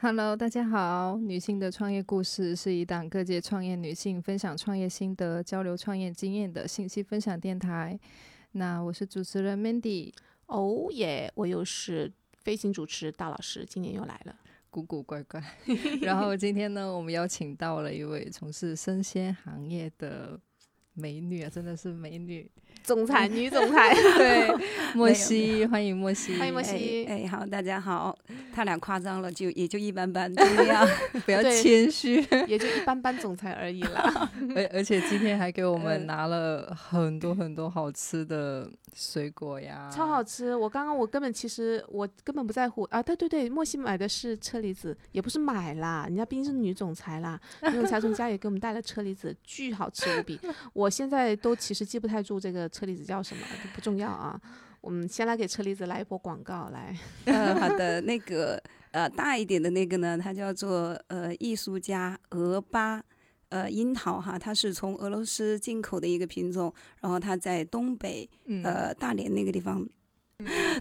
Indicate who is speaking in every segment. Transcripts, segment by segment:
Speaker 1: Hello，大家好，《女性的创业故事》是一档各界创业女性分享创业心得、交流创业经验的信息分享电台。那我是主持人 Mandy，
Speaker 2: 哦耶！我又是飞行主持大老师，今年又来了。
Speaker 1: 古古怪怪。 然后今天呢，我们邀请到了一位从事生鲜行业的美女啊，真的是美女，
Speaker 2: 总裁，女总裁，
Speaker 1: 对，莫西，欢迎莫西，
Speaker 2: 欢迎莫西。
Speaker 3: 哎，好，大家好。他俩夸张了，就也就一般般，怎么样？
Speaker 1: 不要
Speaker 2: 对
Speaker 1: 谦虚。
Speaker 2: 也就一般般总裁而已啦。
Speaker 1: 而而且今天还给我们拿了很多很多好吃的水果呀，
Speaker 2: 超好吃！我刚刚我根本其实我根本不在乎啊，对对对，莫西买的是车厘子，也不是买啦，人家毕竟是女总裁啦，女总裁从家里给我们带了车厘子，巨好吃无比。我现在都其实记不太住这个车厘子叫什么，都不重要啊。我们先来给车厘子来一波广告，来，
Speaker 3: 呃，好的，那个呃大一点的那个呢，它叫做呃艺术家俄巴呃樱桃哈，它是从俄罗斯进口的一个品种，然后它在东北
Speaker 1: 嗯，
Speaker 3: 呃大连那个地方。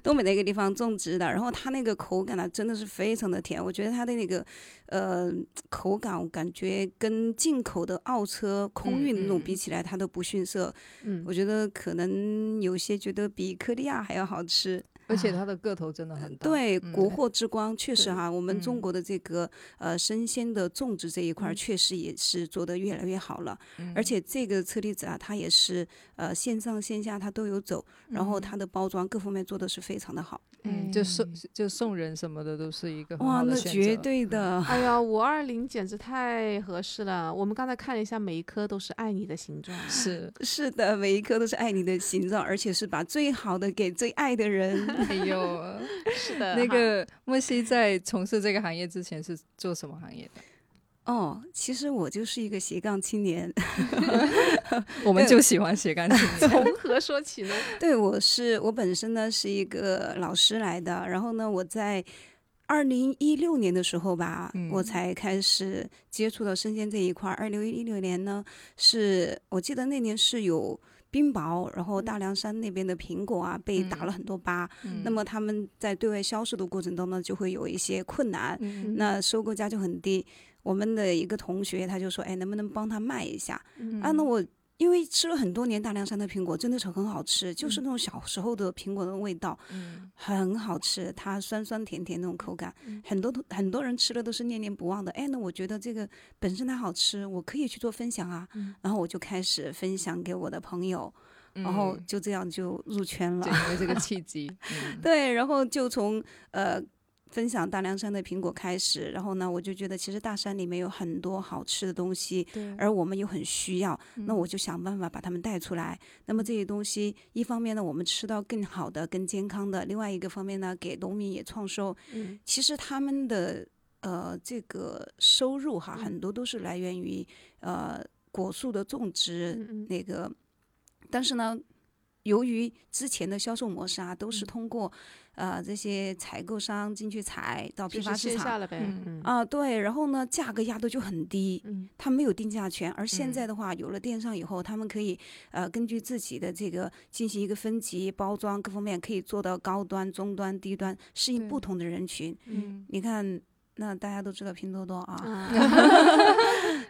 Speaker 3: 东北那个地方种植的，然后它那个口感呢、真的是非常的甜。我觉得它的那个，呃，口感我感觉跟进口的澳车空运那
Speaker 1: 嗯
Speaker 3: 种
Speaker 1: 嗯
Speaker 3: 比起来，它都不逊色。
Speaker 2: 嗯，
Speaker 3: 我觉得可能有些觉得比克利亚还要好吃。
Speaker 1: 而且它的个头真的很大，
Speaker 3: 对，
Speaker 1: 啊嗯
Speaker 3: 国货之光确实
Speaker 2: 对
Speaker 3: 哈，我们
Speaker 1: 嗯
Speaker 3: 中国的这个呃生鲜的种植这一块儿
Speaker 2: 嗯
Speaker 3: 确实也是做得越来越好了。
Speaker 1: 嗯
Speaker 3: 而且这个车厘子啊，它也是呃线上线下它都有走，然后它的包装各方面做的是非常的好。
Speaker 1: 嗯，就
Speaker 2: 哎
Speaker 1: 送就送人什么的都是一个很
Speaker 3: 哇，
Speaker 1: 好的
Speaker 3: 那
Speaker 1: 选
Speaker 3: 绝
Speaker 1: 择嗯
Speaker 3: 对的。
Speaker 2: 哎呀，五二零简直太合适了！我们刚才看了一下，每一颗都是爱你的形状。
Speaker 1: 是，
Speaker 3: 是的，每一颗都是爱你的形状，而且是把最好的给最爱的人。
Speaker 1: 哎呦，
Speaker 2: 是的
Speaker 1: 那个莫西在从事这个行业之前是做什么行业的？
Speaker 3: 哦，其实我就是一个斜杠青年，
Speaker 1: 我们就喜欢斜杠青年，
Speaker 2: 从何说起呢？
Speaker 3: 对，我是我本身呢是一个老师来的，然后呢，我在二零一六年的时候吧，我
Speaker 1: 嗯
Speaker 3: 才开始接触到生鲜这一块儿。二零一六年呢，是我记得那年是有冰雹，然后大凉山那边的苹果啊被打了很多疤，
Speaker 1: 嗯
Speaker 3: 那么他们在对外销售的过程中呢，就会有一些困难，
Speaker 1: 嗯
Speaker 3: 那收购价就很低。我们的一个同学他就说，哎，能不能帮他卖一下？
Speaker 2: 嗯
Speaker 3: 啊，那我因为吃了很多年大凉山的苹果，真的是很好吃，就是那种小时候的苹果的味道，
Speaker 1: 嗯
Speaker 3: 很好吃，它酸酸甜甜那种口感，很多都很多人吃了都是念念不忘的。哎，那我觉得这个本身它好吃，我可以去做分享啊，
Speaker 2: 嗯
Speaker 3: 然后我就开始分享给我的朋友，
Speaker 1: 嗯
Speaker 3: 然后就这样就入圈了
Speaker 1: 就。因为这个契机，嗯
Speaker 3: 对，然后就从呃分享大凉山的苹果开始，然后呢，我就觉得其实大山里面有很多好吃的东西，
Speaker 2: 对
Speaker 3: 而我们又很需要，
Speaker 2: 嗯
Speaker 3: 那我就想办法把它们带出来。那么这些东西，一方面呢，我们吃到更好的、更健康的；另外一个方面呢，给农民也创收。
Speaker 2: 嗯
Speaker 3: 其实他们的呃这个收入哈，
Speaker 2: 嗯
Speaker 3: 很多都是来源于呃果树的种植，
Speaker 2: 嗯
Speaker 3: 那个，但是呢，由于之前的销售模式啊，都是
Speaker 2: 嗯
Speaker 3: 通过、呃这些采购商进去采到批
Speaker 2: 就
Speaker 3: 发
Speaker 2: 是
Speaker 3: 市
Speaker 2: 线下
Speaker 3: 场
Speaker 2: 了呗。
Speaker 1: 嗯
Speaker 2: 嗯
Speaker 3: 啊、对，然后呢，价格压的就很低。
Speaker 2: 嗯
Speaker 3: 它没有定价权，而现
Speaker 1: 嗯
Speaker 3: 在的话，有了电商以后，他们可以呃根据自己的这个进行一个分级、包装各方面，可以做到高端、中端、低端，适应不
Speaker 1: 对
Speaker 3: 同的人群。
Speaker 2: 嗯
Speaker 3: 你看，那大家都知道拼多多
Speaker 1: 嗯
Speaker 3: 啊，
Speaker 2: 啊，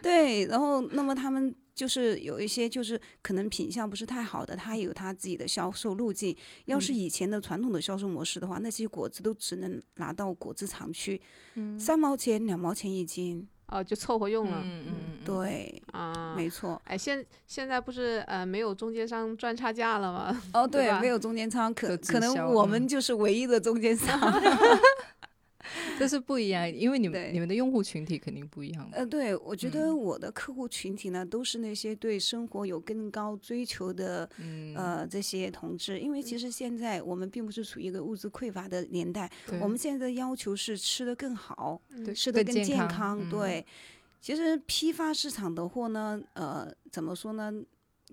Speaker 3: 对，然后那么他们就是有一些就是可能品相不是太好的，他也有他自己的销售路径。要是
Speaker 2: 嗯
Speaker 3: 以前的传统的销售模式的话，那些果子都只能拿到果子厂去，
Speaker 1: 嗯
Speaker 3: 三毛钱、两毛钱一斤。
Speaker 2: 哦，就凑合用了。
Speaker 1: 嗯嗯，嗯
Speaker 3: 对，
Speaker 2: 啊，
Speaker 3: 没错。
Speaker 2: 哎，现现在不是呃没有中间商赚差价了吗？
Speaker 3: 哦，
Speaker 2: 对吧
Speaker 3: 对，没有中间商，
Speaker 1: 都
Speaker 3: 可
Speaker 1: 直
Speaker 3: 可能
Speaker 1: 销
Speaker 3: 我
Speaker 1: 嗯
Speaker 3: 们就是唯一的中间商。
Speaker 1: 这是不一样，因为你们
Speaker 3: 对
Speaker 1: 你们的用户群体肯定不一样的，
Speaker 3: 呃，对，我觉得
Speaker 1: 嗯
Speaker 3: 我的客户群体呢，都是那些对生活有更高追求的
Speaker 1: 嗯，
Speaker 3: 呃这些同志，因为其实现在我们并不是处于一个物质匮乏的年代。
Speaker 1: 对
Speaker 3: 我们现在的要求是吃的更好，
Speaker 1: 对
Speaker 3: 吃的
Speaker 1: 更
Speaker 3: 健
Speaker 1: 健康嗯
Speaker 3: 对，其实批发市场的货呢，呃，怎么说呢？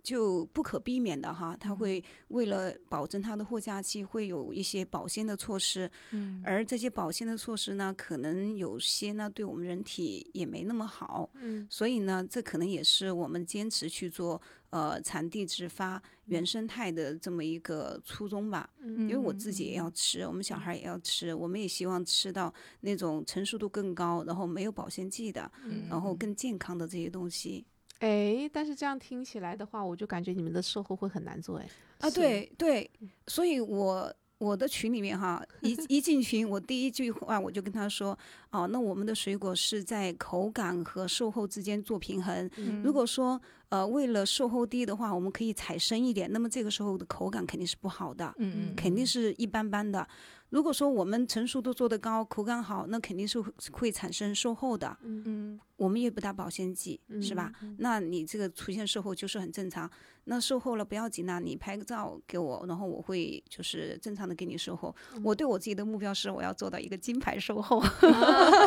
Speaker 3: 就不可避免的哈，它会为了保证它的货架期，会有一些保鲜的措施。
Speaker 1: 嗯
Speaker 3: 而这些保鲜的措施呢，可能有些呢对我们人体也没那么好，
Speaker 2: 嗯
Speaker 3: 所以呢，这可能也是我们坚持去做呃产地直发、原生态的这么一个初衷吧。
Speaker 2: 嗯
Speaker 3: 因为我自己也要吃，我们小孩也要吃，我们也希望吃到那种成熟度更高，然后没有保鲜剂的，
Speaker 2: 嗯
Speaker 3: 然后更健康的这些东西。
Speaker 2: 哎，但是这样听起来的话，我就感觉你们的售后会很难做哎。
Speaker 3: 啊，
Speaker 2: 是
Speaker 3: 对对，所以我我的群里面哈，一一进群，我第一句话我就跟他说，哦，那我们的水果是在口感和售后之间做平衡。
Speaker 2: 嗯
Speaker 3: 如果说呃为了售后低的话，我们可以采深一点，那么这个时候的口感肯定是不好的，
Speaker 1: 嗯嗯
Speaker 3: 肯定是一般般的。如果说我们成熟度做得高，口感好，那肯定是会会产生售后的。
Speaker 2: 嗯
Speaker 1: 嗯
Speaker 3: 我们也不打保鲜剂，是吧？那你这个出现售后就是很正常。那售后了不要紧呐、你拍个照给我，然后我会就是正常的给你售后。
Speaker 1: 嗯
Speaker 2: 嗯
Speaker 3: 我对我自己的目标是我要做到一个金牌售
Speaker 1: 啊
Speaker 3: 后，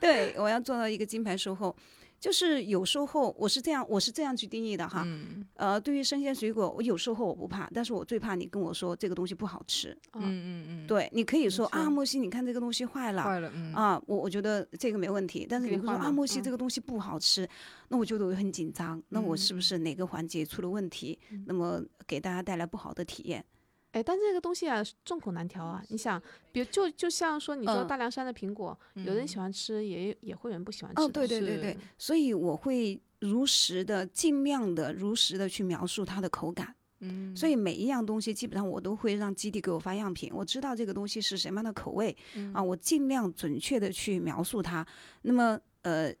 Speaker 3: 对我要做到一个金牌售后，就是有售后，我是这样我是这样去定义的哈。
Speaker 1: 嗯
Speaker 3: 呃，对于生鲜水果，我有售后我不怕，但是我最怕你跟我说这个东西不好吃。
Speaker 1: 嗯嗯嗯，
Speaker 3: 对，你可以说
Speaker 2: 错
Speaker 3: 啊，莫西，你看这个东西坏了，
Speaker 1: 坏了，嗯
Speaker 3: 啊，我我觉得这个没问题，但是
Speaker 2: 可以
Speaker 3: 你会说
Speaker 2: 换
Speaker 3: 啊，
Speaker 2: 嘛
Speaker 3: 莫西
Speaker 2: 嗯
Speaker 3: 这个东西不好吃，那我觉得我很紧张，那我
Speaker 2: 嗯
Speaker 3: 是不是哪个环节出了问题，那么给大家带来不好的体验？
Speaker 2: 哎，但这个东西啊，众口难调啊。你想，比如就就像说，你说
Speaker 3: 嗯
Speaker 2: 大凉山的苹果，有人喜欢吃，也也会有人不喜欢吃的。
Speaker 3: 哦，对对对对，所以我会如实的、尽量的、如实的去描述它的口感。
Speaker 1: 嗯，
Speaker 3: 所以每一样东西基本上我都会让基地给我发样品，我知道这个东西是什么样的口味、啊，
Speaker 1: 嗯
Speaker 3: 我尽量准确的去描述它。那么呃，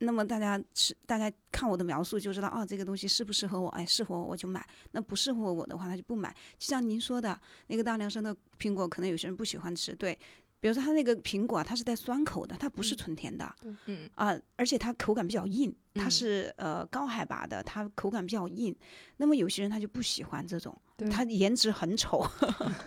Speaker 3: 那么大家吃，大家看我的描述就知道哦，这个东西适不适合我，哎，适合我我就买，那不适合我的话他就不买。就像您说的那个大凉山的苹果，可能有些人不喜欢吃，对。比如说它那个苹果啊，它是带酸口的，它不是纯甜的，
Speaker 1: 嗯
Speaker 3: 啊，而且它口感比较硬，它
Speaker 1: 嗯
Speaker 3: 是呃高海拔的，它口感比较硬。那么有些人他就不喜欢这种
Speaker 1: 对，
Speaker 3: 他颜值很丑。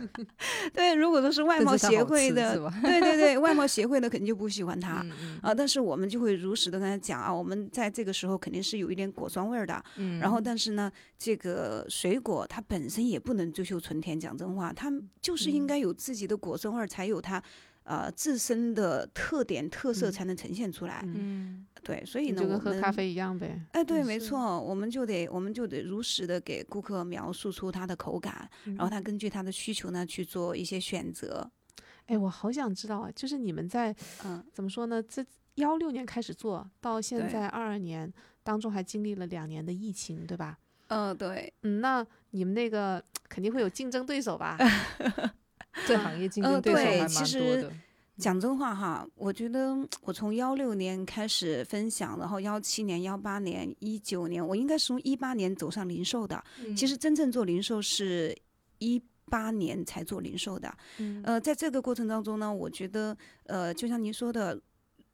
Speaker 3: 对，如果说是外
Speaker 1: 但
Speaker 3: 貌
Speaker 1: 是它
Speaker 3: 协
Speaker 1: 好
Speaker 3: 会
Speaker 1: 吃
Speaker 3: 的
Speaker 1: 是，吧
Speaker 3: 对对对，外貌协会的肯定就不喜欢它。
Speaker 1: 嗯
Speaker 3: 啊，但是我们就会如实的跟他讲啊，我们在这个时候肯定是有一点果酸味儿的，
Speaker 1: 嗯，
Speaker 3: 然后但是呢，这个水果它本身也不能追求纯甜，讲真话，它就是应该有自己的果酸味儿，才有它呃自身的特点特色
Speaker 2: 嗯
Speaker 3: 才能呈现出来。
Speaker 2: 嗯，
Speaker 1: 嗯
Speaker 3: 对，所以
Speaker 2: 你
Speaker 3: 呢，
Speaker 2: 就
Speaker 3: 我
Speaker 2: 跟喝咖
Speaker 3: 们
Speaker 2: 啡一样呗。
Speaker 3: 哎，对，
Speaker 2: 嗯
Speaker 3: 没
Speaker 2: 是
Speaker 3: 错，我们就得我们就得如实的给顾客描述出它的口感，然
Speaker 2: 嗯
Speaker 3: 后他根据他的需求呢去做一些选择。
Speaker 2: 哎，我好想知道啊，就是你们在
Speaker 3: 嗯，
Speaker 2: 怎么说呢？这幺六年开始做到现
Speaker 3: 对
Speaker 2: 在二二年当中，还经历了两年的疫情，对吧？
Speaker 3: 呃，对，
Speaker 2: 嗯，那你们那个肯定会有竞争对手吧？
Speaker 1: 这行业竞
Speaker 3: 呃
Speaker 1: 争对手
Speaker 3: 对
Speaker 1: 还
Speaker 3: 其
Speaker 1: 蛮多
Speaker 3: 实
Speaker 1: 的，
Speaker 3: 讲真话哈，我觉得我从幺六年开始分享，然后幺七年、幺八年、一九年，我应该是从一八年走上零售的。
Speaker 1: 嗯
Speaker 3: 其实真正做零售是一八年才做零售的。
Speaker 2: 嗯
Speaker 3: 呃，在这个过程当中呢，我觉得呃，就像您说的，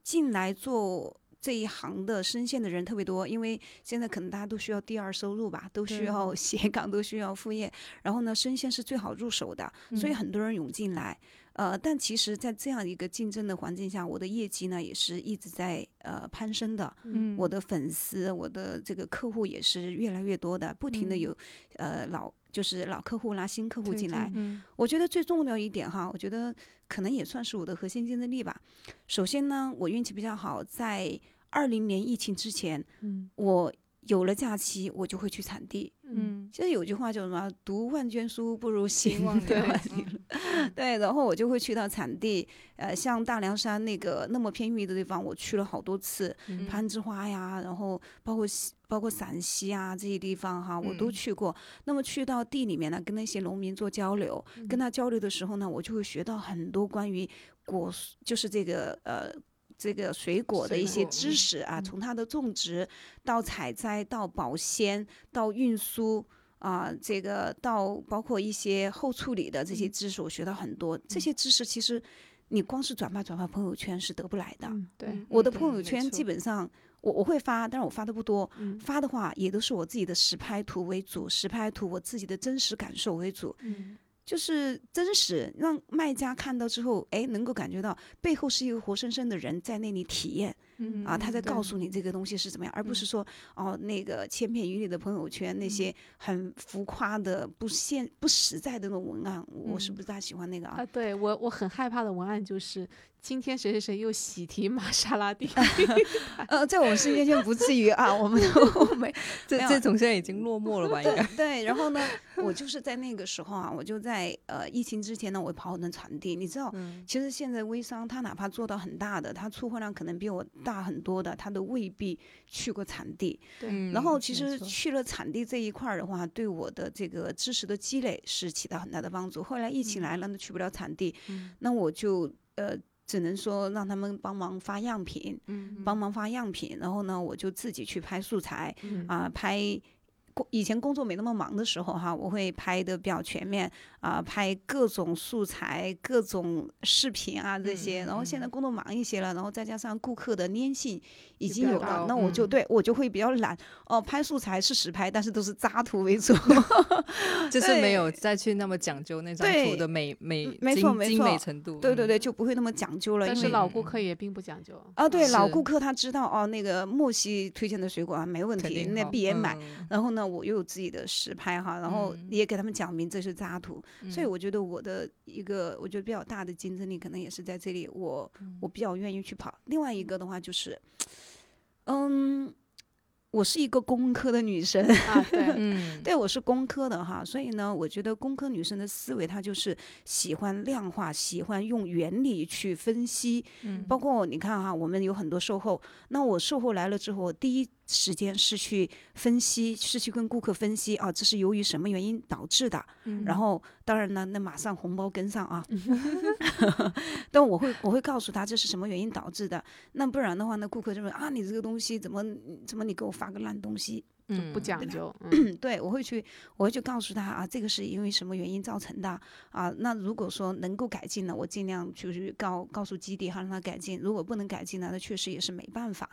Speaker 3: 进来做。这一行的深陷的人特别多，因为现在可能大家都需要第二收入吧，都需
Speaker 1: 对
Speaker 3: 要斜杠，都需要副业。然后呢，深陷是最好入手的，所以
Speaker 1: 嗯
Speaker 3: 很多人涌进来。呃，但其实，在这样一个竞争的环境下，我的业绩呢也是一直在呃攀升的。
Speaker 1: 嗯
Speaker 3: 我的粉丝，我的这个客户也是越来越多的，不停的
Speaker 1: 嗯
Speaker 3: 有、呃老就是老客户啦、新客户
Speaker 1: 对
Speaker 3: 进
Speaker 1: 对
Speaker 3: 来。
Speaker 1: 嗯
Speaker 3: 我觉得最重要一点哈，我觉得可能也算是我的核心竞争力吧。首先呢，我运气比较好，在二零年疫情之前，
Speaker 2: 嗯
Speaker 3: 我有了假期，我就会去产地。
Speaker 1: 嗯，
Speaker 3: 其实有句话叫什么“读万卷书不如行万
Speaker 1: 对
Speaker 3: 里路”，对，然后我就会去到产地，呃，像大凉山那个那么偏僻的地方，我去了好多次，
Speaker 1: 嗯
Speaker 3: 攀枝花呀，然后包括西包括陕西啊这些地方哈，我都
Speaker 1: 嗯
Speaker 3: 去过。那么去到地里面呢，跟那些农民做交流，
Speaker 1: 嗯
Speaker 3: 跟他交流的时候呢，我就会学到很多关于果蔬，就是这个呃。这个水果的
Speaker 1: 水
Speaker 3: 一些
Speaker 1: 果
Speaker 3: 知
Speaker 1: 嗯
Speaker 3: 识啊，
Speaker 2: 嗯
Speaker 3: 从它的种植到采摘，到保鲜，到运输啊、这个到包括一些后处理的这些
Speaker 2: 嗯
Speaker 3: 知识，我学到很多。这
Speaker 1: 嗯
Speaker 3: 些知识其实你光是转发转发朋友圈是得不来的。
Speaker 2: 嗯，对
Speaker 1: 嗯，
Speaker 3: 我的
Speaker 1: 嗯
Speaker 3: 朋
Speaker 1: 嗯
Speaker 3: 友
Speaker 1: 没
Speaker 3: 圈基
Speaker 1: 错
Speaker 3: 本上我我会发，但是我发的不多，
Speaker 2: 嗯
Speaker 3: 发的话也都是我自己的实拍图为主，实拍图我自己的真实感受为主，
Speaker 2: 嗯
Speaker 3: 就是真实让卖家看到之后，哎，能够感觉到背后是一个活生生的人在那里体验，
Speaker 1: 嗯
Speaker 3: 啊，他在告
Speaker 1: 对
Speaker 3: 诉你这个东西是怎么样，而不是说哦那个千篇一律的朋友圈那些很浮夸的、不现不实在的那种文案，我是
Speaker 1: 嗯
Speaker 3: 不大喜欢那个啊
Speaker 2: 啊，。对我我很害怕的文案就是今天谁谁谁又喜提玛莎拉 蒂，
Speaker 3: 呃，在我们世界线不至于啊， 我们都没
Speaker 1: 这
Speaker 3: 没有
Speaker 1: 这种现在已经落寞了吧？应该。
Speaker 3: 对，然后呢，我就是在那个时候啊，我就在呃疫情之前呢，我跑很多场地，你知道，
Speaker 1: 嗯
Speaker 3: 其实现在微商他哪怕做到很大的，他出货量可能比我大很多的，他都未必去过场地。
Speaker 1: 嗯
Speaker 3: 然后其
Speaker 1: 没
Speaker 3: 实
Speaker 1: 错
Speaker 3: 去了产地这一块儿的话，对我的这个知识的积累是起到很大的帮助。后来疫情来了，那去不了产地，
Speaker 2: 嗯
Speaker 3: 那我就呃只能说让他们帮忙发样品，
Speaker 2: 嗯
Speaker 3: 帮忙发样品，然后呢我就自己去拍素材
Speaker 2: 嗯
Speaker 3: 啊、拍。工以前工作没那么忙的时候哈，我会拍的比较全面啊、拍各种素材、各种视频啊这
Speaker 2: 嗯
Speaker 3: 些。然后现在工作忙一些了，然后再加上顾客的粘性已
Speaker 1: 就
Speaker 3: 经
Speaker 1: 比
Speaker 3: 有
Speaker 1: 较
Speaker 3: 了
Speaker 1: 高，
Speaker 3: 那我就
Speaker 2: 嗯
Speaker 3: 对我就会比较懒，哦，拍素材是实拍，但是都是渣图为主。
Speaker 1: 就是没有
Speaker 3: 对
Speaker 1: 再去那么讲究那张
Speaker 3: 对
Speaker 1: 图的美美
Speaker 3: 没错
Speaker 1: 精
Speaker 3: 没
Speaker 1: 精美
Speaker 3: 错
Speaker 1: 程度。
Speaker 3: 对对
Speaker 1: 嗯
Speaker 3: 对，就不会那么讲究了，
Speaker 2: 但
Speaker 3: 因
Speaker 2: 是
Speaker 3: 为
Speaker 2: 老顾客也并不讲究，嗯
Speaker 3: 啊，对老
Speaker 1: 是
Speaker 3: 顾客他知道哦，那个莫西推荐的水果啊没问
Speaker 1: 肯
Speaker 3: 题，
Speaker 1: 定
Speaker 3: 那
Speaker 1: 好
Speaker 3: 必也买。
Speaker 1: 嗯
Speaker 3: 然后呢，我又有自己的实拍哈，然后
Speaker 1: 嗯
Speaker 3: 也给他们讲明这是渣图，所以
Speaker 1: 嗯
Speaker 3: 我觉得我的一个我觉得比较大的竞争力可能也是在这里，我
Speaker 1: 嗯
Speaker 3: 我比较愿意去跑。另外一个的话就是，嗯，我是一个工科的女生，
Speaker 2: 啊，对，
Speaker 1: 嗯，
Speaker 3: 对，我是工科的哈，所以呢，我觉得工科女生的思维她就是喜欢量化，喜欢用原理去分析。
Speaker 1: 嗯
Speaker 3: 包括你看哈，我们有很多售后，那我售后来了之后，我第一时间是去分析，是去跟顾客分析啊，这是由于什么原因导致的。
Speaker 1: 嗯
Speaker 3: 然后当然呢，那马上红包跟上啊。 但我会我会告诉他这是什么原因导致的，那不然的话呢，顾客就会啊，你这个东西怎么嗯怎么你给我发个烂东西，
Speaker 1: 嗯
Speaker 2: 不讲
Speaker 3: 对吧
Speaker 2: 究，嗯
Speaker 3: 对，我会去，我会去告诉他啊，这个是因为什么原因造成的啊。那如果说能够改进呢，我尽量就是告告诉基地哈，让他改进；如果不能改进呢，那确实也是没办法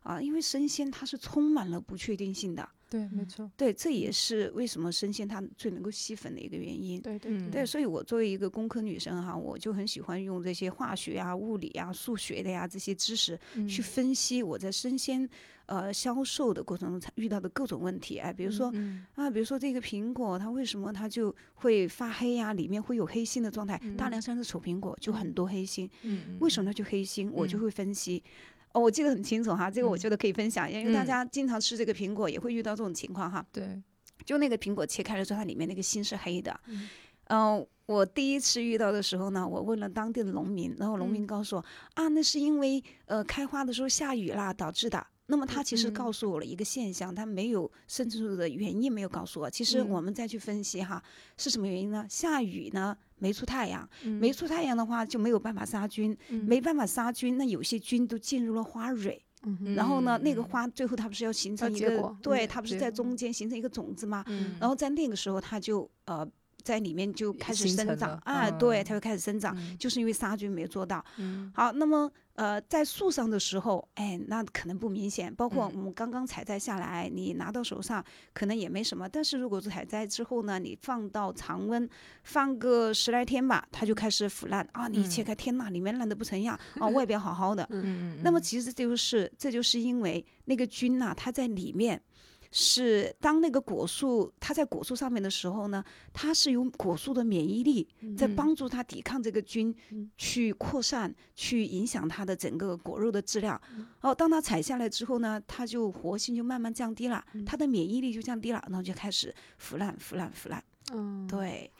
Speaker 3: 啊，因为生鲜它是充满了不确定性的。
Speaker 1: 对，没错。
Speaker 3: 对，这也是为什么生鲜它最能够吸粉的一个原因。
Speaker 2: 对对
Speaker 1: 嗯
Speaker 3: 对，所以我作为一个工科女生哈，我就很喜欢用这些化学啊、物理啊、数学的呀、这些知识去
Speaker 1: 嗯
Speaker 3: 分析我在生鲜呃销售的过程中遇到的各种问题。哎，比如说
Speaker 1: 嗯
Speaker 3: 啊，比如说这个苹果，它为什么它就会发黑呀、里面会有黑心的状态。大凉山的丑苹果就很多黑心，
Speaker 1: 嗯
Speaker 3: 为什么它就黑心？我就
Speaker 1: 嗯
Speaker 3: 会分析。哦，我记得很清楚哈，这个我
Speaker 1: 嗯
Speaker 3: 觉得可以分享一下，因为大
Speaker 1: 嗯
Speaker 3: 家经常吃这个苹果也会遇到这种情况哈。
Speaker 1: 对，
Speaker 3: 就那个苹果切开了之后，它里面那个心是黑的。
Speaker 2: 嗯
Speaker 3: 嗯、我第一次遇到的时候呢，我问了当地的农民，然后农
Speaker 1: 嗯
Speaker 3: 民告诉我、啊，那是因为呃开花的时候下雨啦导致的。那么他其实
Speaker 1: 嗯
Speaker 3: 告诉我了一个现象，他没有深处的原因没有告诉我。其实
Speaker 1: 嗯
Speaker 3: 我们再去分析哈，是什么原因呢？下雨呢没出太阳，
Speaker 1: 嗯
Speaker 3: 没出太阳的话就没有办法杀菌，
Speaker 1: 嗯
Speaker 3: 没办法杀菌，那有些菌都进入了花蕊，
Speaker 2: 嗯
Speaker 3: 然后呢，那个
Speaker 1: 嗯
Speaker 3: 花最后它不是要形成一
Speaker 2: 结
Speaker 3: 个
Speaker 2: 果，
Speaker 3: 对，
Speaker 1: 嗯
Speaker 3: 它不是
Speaker 1: 结
Speaker 3: 在
Speaker 1: 果
Speaker 3: 中间形成一个种子吗？
Speaker 1: 嗯
Speaker 3: 然后在那个时候，它就呃在里面就开始
Speaker 1: 形
Speaker 3: 生
Speaker 1: 成
Speaker 3: 长
Speaker 1: 了
Speaker 3: 啊，对，
Speaker 1: 嗯
Speaker 3: 它会开始生长，
Speaker 1: 嗯
Speaker 3: 就是因为杀菌没做到。
Speaker 1: 嗯
Speaker 3: 好，那么呃在树上的时候，哎，那可能不明显，包括我
Speaker 1: 嗯
Speaker 3: 们刚刚采摘下来，你拿到手上可能也没什么，但是如果是采摘之后呢，你放到常温放个十来天吧，它就开始腐烂啊，你一切
Speaker 1: 嗯
Speaker 3: 开，天呐，里面烂的不成样 啊，外表好好的，
Speaker 1: 嗯
Speaker 3: 那么
Speaker 1: 嗯
Speaker 3: 其实这就是，这就是因为那个菌呐、它在里面是当那个果树它在果树上面的时候呢，它是有果树的免疫力在
Speaker 1: 嗯
Speaker 3: 帮助它抵抗这个菌
Speaker 2: 嗯
Speaker 3: 去扩散，去影响它的整个果肉的质量。
Speaker 1: 嗯
Speaker 3: 哦，当它采下来之后呢，它就活性就慢慢降低了，
Speaker 1: 嗯
Speaker 3: 它的免疫力就降低了，然后就开始腐烂、腐烂、腐烂。
Speaker 2: 嗯，
Speaker 3: 对，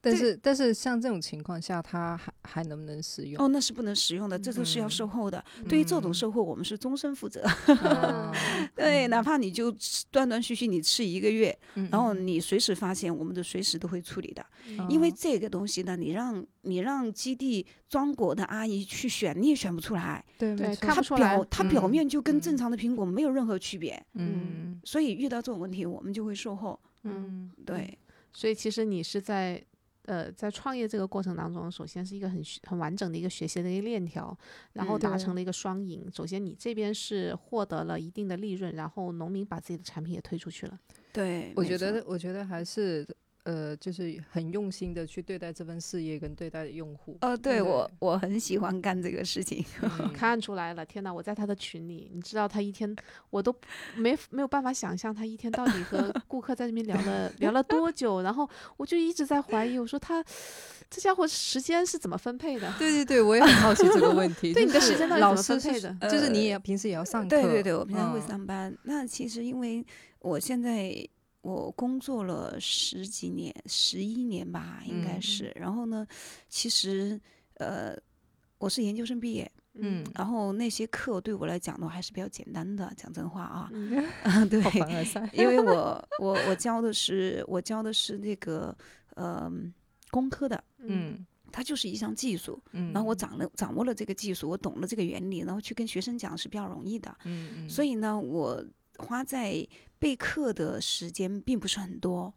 Speaker 1: 但
Speaker 3: 这
Speaker 1: 是但是像这种情况下，它还还能不能使用？
Speaker 3: 哦，那是不能食用的，这都是要
Speaker 1: 嗯
Speaker 3: 售后的。对于这种
Speaker 1: 嗯
Speaker 3: 售后，我们是终身负责。
Speaker 1: 啊
Speaker 2: 嗯
Speaker 3: 对，哪怕你就吃断断续续你吃一个月，
Speaker 1: 嗯
Speaker 3: 然后
Speaker 1: 嗯
Speaker 3: 你随时发现，我们都随时都会处理的。
Speaker 2: 嗯
Speaker 3: 因为
Speaker 1: 哦
Speaker 3: 这个东西呢，你让你让基地装果的阿姨去选，你也选不出来，
Speaker 1: 对
Speaker 2: 对
Speaker 1: 没错
Speaker 2: 看
Speaker 3: 它
Speaker 2: 不出来
Speaker 3: 表它表
Speaker 1: 嗯
Speaker 3: 面就跟正
Speaker 1: 嗯
Speaker 3: 常的苹果没有任何区别。
Speaker 1: 嗯
Speaker 3: 所以遇到这种问题，我们就会售后。
Speaker 1: 嗯
Speaker 3: 对，
Speaker 2: 所以其实你是在呃在创业这个过程当中，首先是一个很学很完整的一个学习的一个链条，然后
Speaker 3: 嗯
Speaker 2: 达
Speaker 1: 对
Speaker 2: 成了一个双赢。首先你这边是获得了一定的利润，然后农民把自己的产品也推出去了。
Speaker 3: 对
Speaker 1: 我觉得，我觉得还是呃，就是很用心的去对待这份事业跟对待用户。
Speaker 3: 哦，对
Speaker 1: 对
Speaker 3: 我我很喜欢干这个事情。
Speaker 1: 嗯
Speaker 2: 看出来了，天哪！我在他的群里，你知道他一天，我都没没有办法想象他一天到底和顾客在这边聊 了聊了多久。然后我就一直在怀疑，我说他这家伙时间是怎么分配的？
Speaker 1: 对对对，我也很好奇这个问 题。
Speaker 2: 对
Speaker 1: 就
Speaker 2: 你的
Speaker 1: 是
Speaker 2: 时间到底
Speaker 1: 老
Speaker 2: 怎
Speaker 1: 师
Speaker 2: 么分
Speaker 1: 是
Speaker 2: 配的
Speaker 1: 说就是你也平时也要上课。
Speaker 3: 呃对对对，我平常会
Speaker 1: 嗯
Speaker 3: 上班。那其实因为我现在我工作了十几年，十一年吧，应该
Speaker 1: 嗯
Speaker 3: 是。然后呢，其实呃，我是研究生毕业，
Speaker 1: 嗯，
Speaker 3: 然后那些课对我来讲呢还是比较简单的，讲真话啊，
Speaker 2: 嗯，
Speaker 3: 对，
Speaker 1: 好凡尔赛。
Speaker 3: 因为我我我教的是我教的是那个呃工科的，
Speaker 2: 嗯
Speaker 1: 嗯
Speaker 3: 它就是一项技术，
Speaker 1: 嗯，
Speaker 3: 然后我掌了掌握了这个技术，我懂了这个原理，然后去跟学生讲是比较容易的。
Speaker 1: 嗯嗯，
Speaker 3: 所
Speaker 1: 以
Speaker 3: 以呢，我花在备课的时间并不是很多，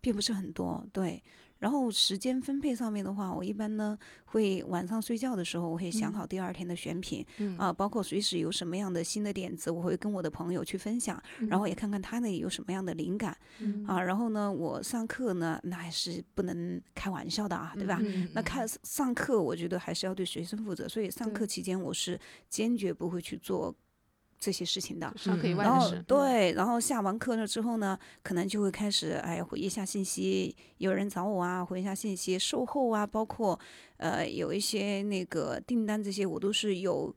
Speaker 3: 并不是很多，对。然后时间分配上面的话，我一般呢会晚上睡觉的时候，我会
Speaker 1: 嗯
Speaker 3: 想好第二天的选品啊、包括随时有什么样的新的点子，我会跟我的朋友去分享，然后
Speaker 1: 嗯
Speaker 3: 也看看他那里有什么样的灵感
Speaker 2: 嗯
Speaker 3: 啊。然后呢，我上课呢，那还是不能开玩笑的啊，对吧？
Speaker 1: 嗯
Speaker 3: 那看上课，我觉得还是要对学生负责，所以上
Speaker 2: 对
Speaker 3: 课期间我是坚决不会去做这些事情的。
Speaker 2: 上课以
Speaker 1: 嗯
Speaker 2: 外
Speaker 3: 然
Speaker 2: 的
Speaker 3: 后
Speaker 2: 事，
Speaker 3: 对，然后下完课了之后呢，可能就会开始哎回一下信息，有人找我啊，回一下信息，售后啊，包括呃有一些那个订单这些，我都是有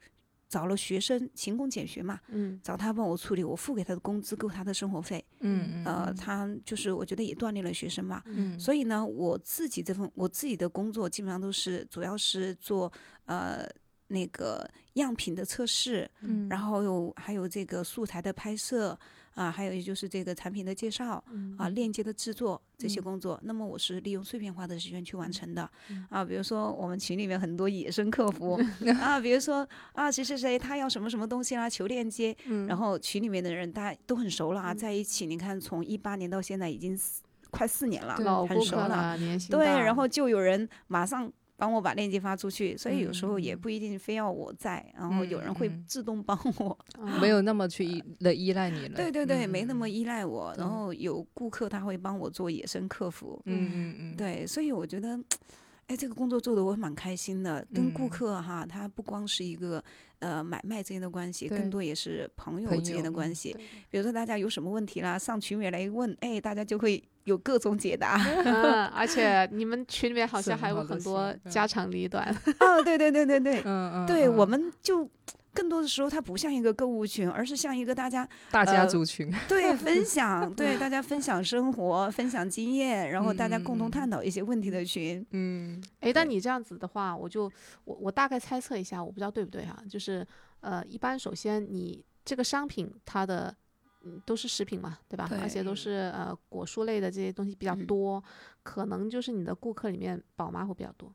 Speaker 3: 找了学生勤工俭学嘛，
Speaker 2: 嗯，
Speaker 3: 找他帮我处理，我付给他的工资够他的生活费，
Speaker 1: 嗯嗯
Speaker 3: 呃，他就是我觉得也锻炼了学生嘛，
Speaker 1: 嗯，
Speaker 3: 所以呢，我自己这份我自己的工作基本上都是主要是做呃那个样品的测试，
Speaker 1: 嗯
Speaker 3: 然后有还有这个素材的拍摄啊、还有就是这个产品的介绍
Speaker 2: 嗯
Speaker 3: 啊、链接的制作这些
Speaker 2: 嗯
Speaker 3: 工作。那么我是利用碎片化的时间去完成的
Speaker 2: 嗯
Speaker 3: 啊，比如说我们群里面很多野生 客服啊，比如说啊谁谁谁他要什么什么东西啦，求链接，然后群里面的人大家都很熟了啊，
Speaker 2: 嗯
Speaker 3: 在一起，你看从一八年到现在已经四快四年了，
Speaker 1: 对
Speaker 2: 老
Speaker 3: 很
Speaker 2: 顾
Speaker 3: 熟
Speaker 2: 客
Speaker 3: 了
Speaker 2: 了，年薪
Speaker 3: 对，
Speaker 2: 大
Speaker 3: 然后就有人马上帮我把链接发出去，所以有时候也
Speaker 1: 嗯
Speaker 3: 不一定非要我在，然后有人会
Speaker 1: 嗯嗯
Speaker 3: 自动帮我。
Speaker 2: 嗯
Speaker 1: 没有那么去依的依赖你了。
Speaker 3: 对对对，
Speaker 1: 嗯
Speaker 3: 没那么依赖我。
Speaker 1: 对
Speaker 3: 然后有顾客他会帮我做野生客服，
Speaker 1: 嗯嗯嗯，
Speaker 3: 对，所以我觉得。哎，这个工作做的我蛮开心的，跟顾
Speaker 1: 嗯
Speaker 3: 客哈，他不光是一个呃买卖之间的关系，
Speaker 1: 对
Speaker 3: 更多也是朋友
Speaker 1: 朋
Speaker 3: 之
Speaker 1: 友
Speaker 3: 间的关
Speaker 1: 嗯
Speaker 3: 系。比如说大家有什么问题啦，上群里来问，哎，大家就会有各种解答。
Speaker 2: 嗯，而且你们群里面好像
Speaker 1: 什
Speaker 2: 还有
Speaker 1: 么都
Speaker 2: 很多
Speaker 1: 行嗯
Speaker 2: 家长里短，
Speaker 3: 哦，对对对对 对，
Speaker 1: 嗯嗯，
Speaker 3: 对，
Speaker 1: 嗯
Speaker 3: 我们就更多的时候，它不像一个购物群，而是像一个大 家
Speaker 1: 大家
Speaker 3: 呃
Speaker 1: 族群，
Speaker 3: 对分享， 对大家分享生活、分享经验，然后大家
Speaker 1: 嗯
Speaker 3: 共
Speaker 1: 嗯
Speaker 3: 同
Speaker 1: 嗯
Speaker 3: 探讨一些问题的群。
Speaker 1: 嗯
Speaker 2: 诶，但你这样子的话，我就我我大概猜测一下，我不知道对不对哈、就是呃，一般首先你这个商品它的嗯都是食品嘛，对吧？而且都
Speaker 1: 对
Speaker 2: 是呃果蔬类的这些东西比较
Speaker 3: 嗯
Speaker 2: 多，可能就是你的顾客里面宝妈会比较多，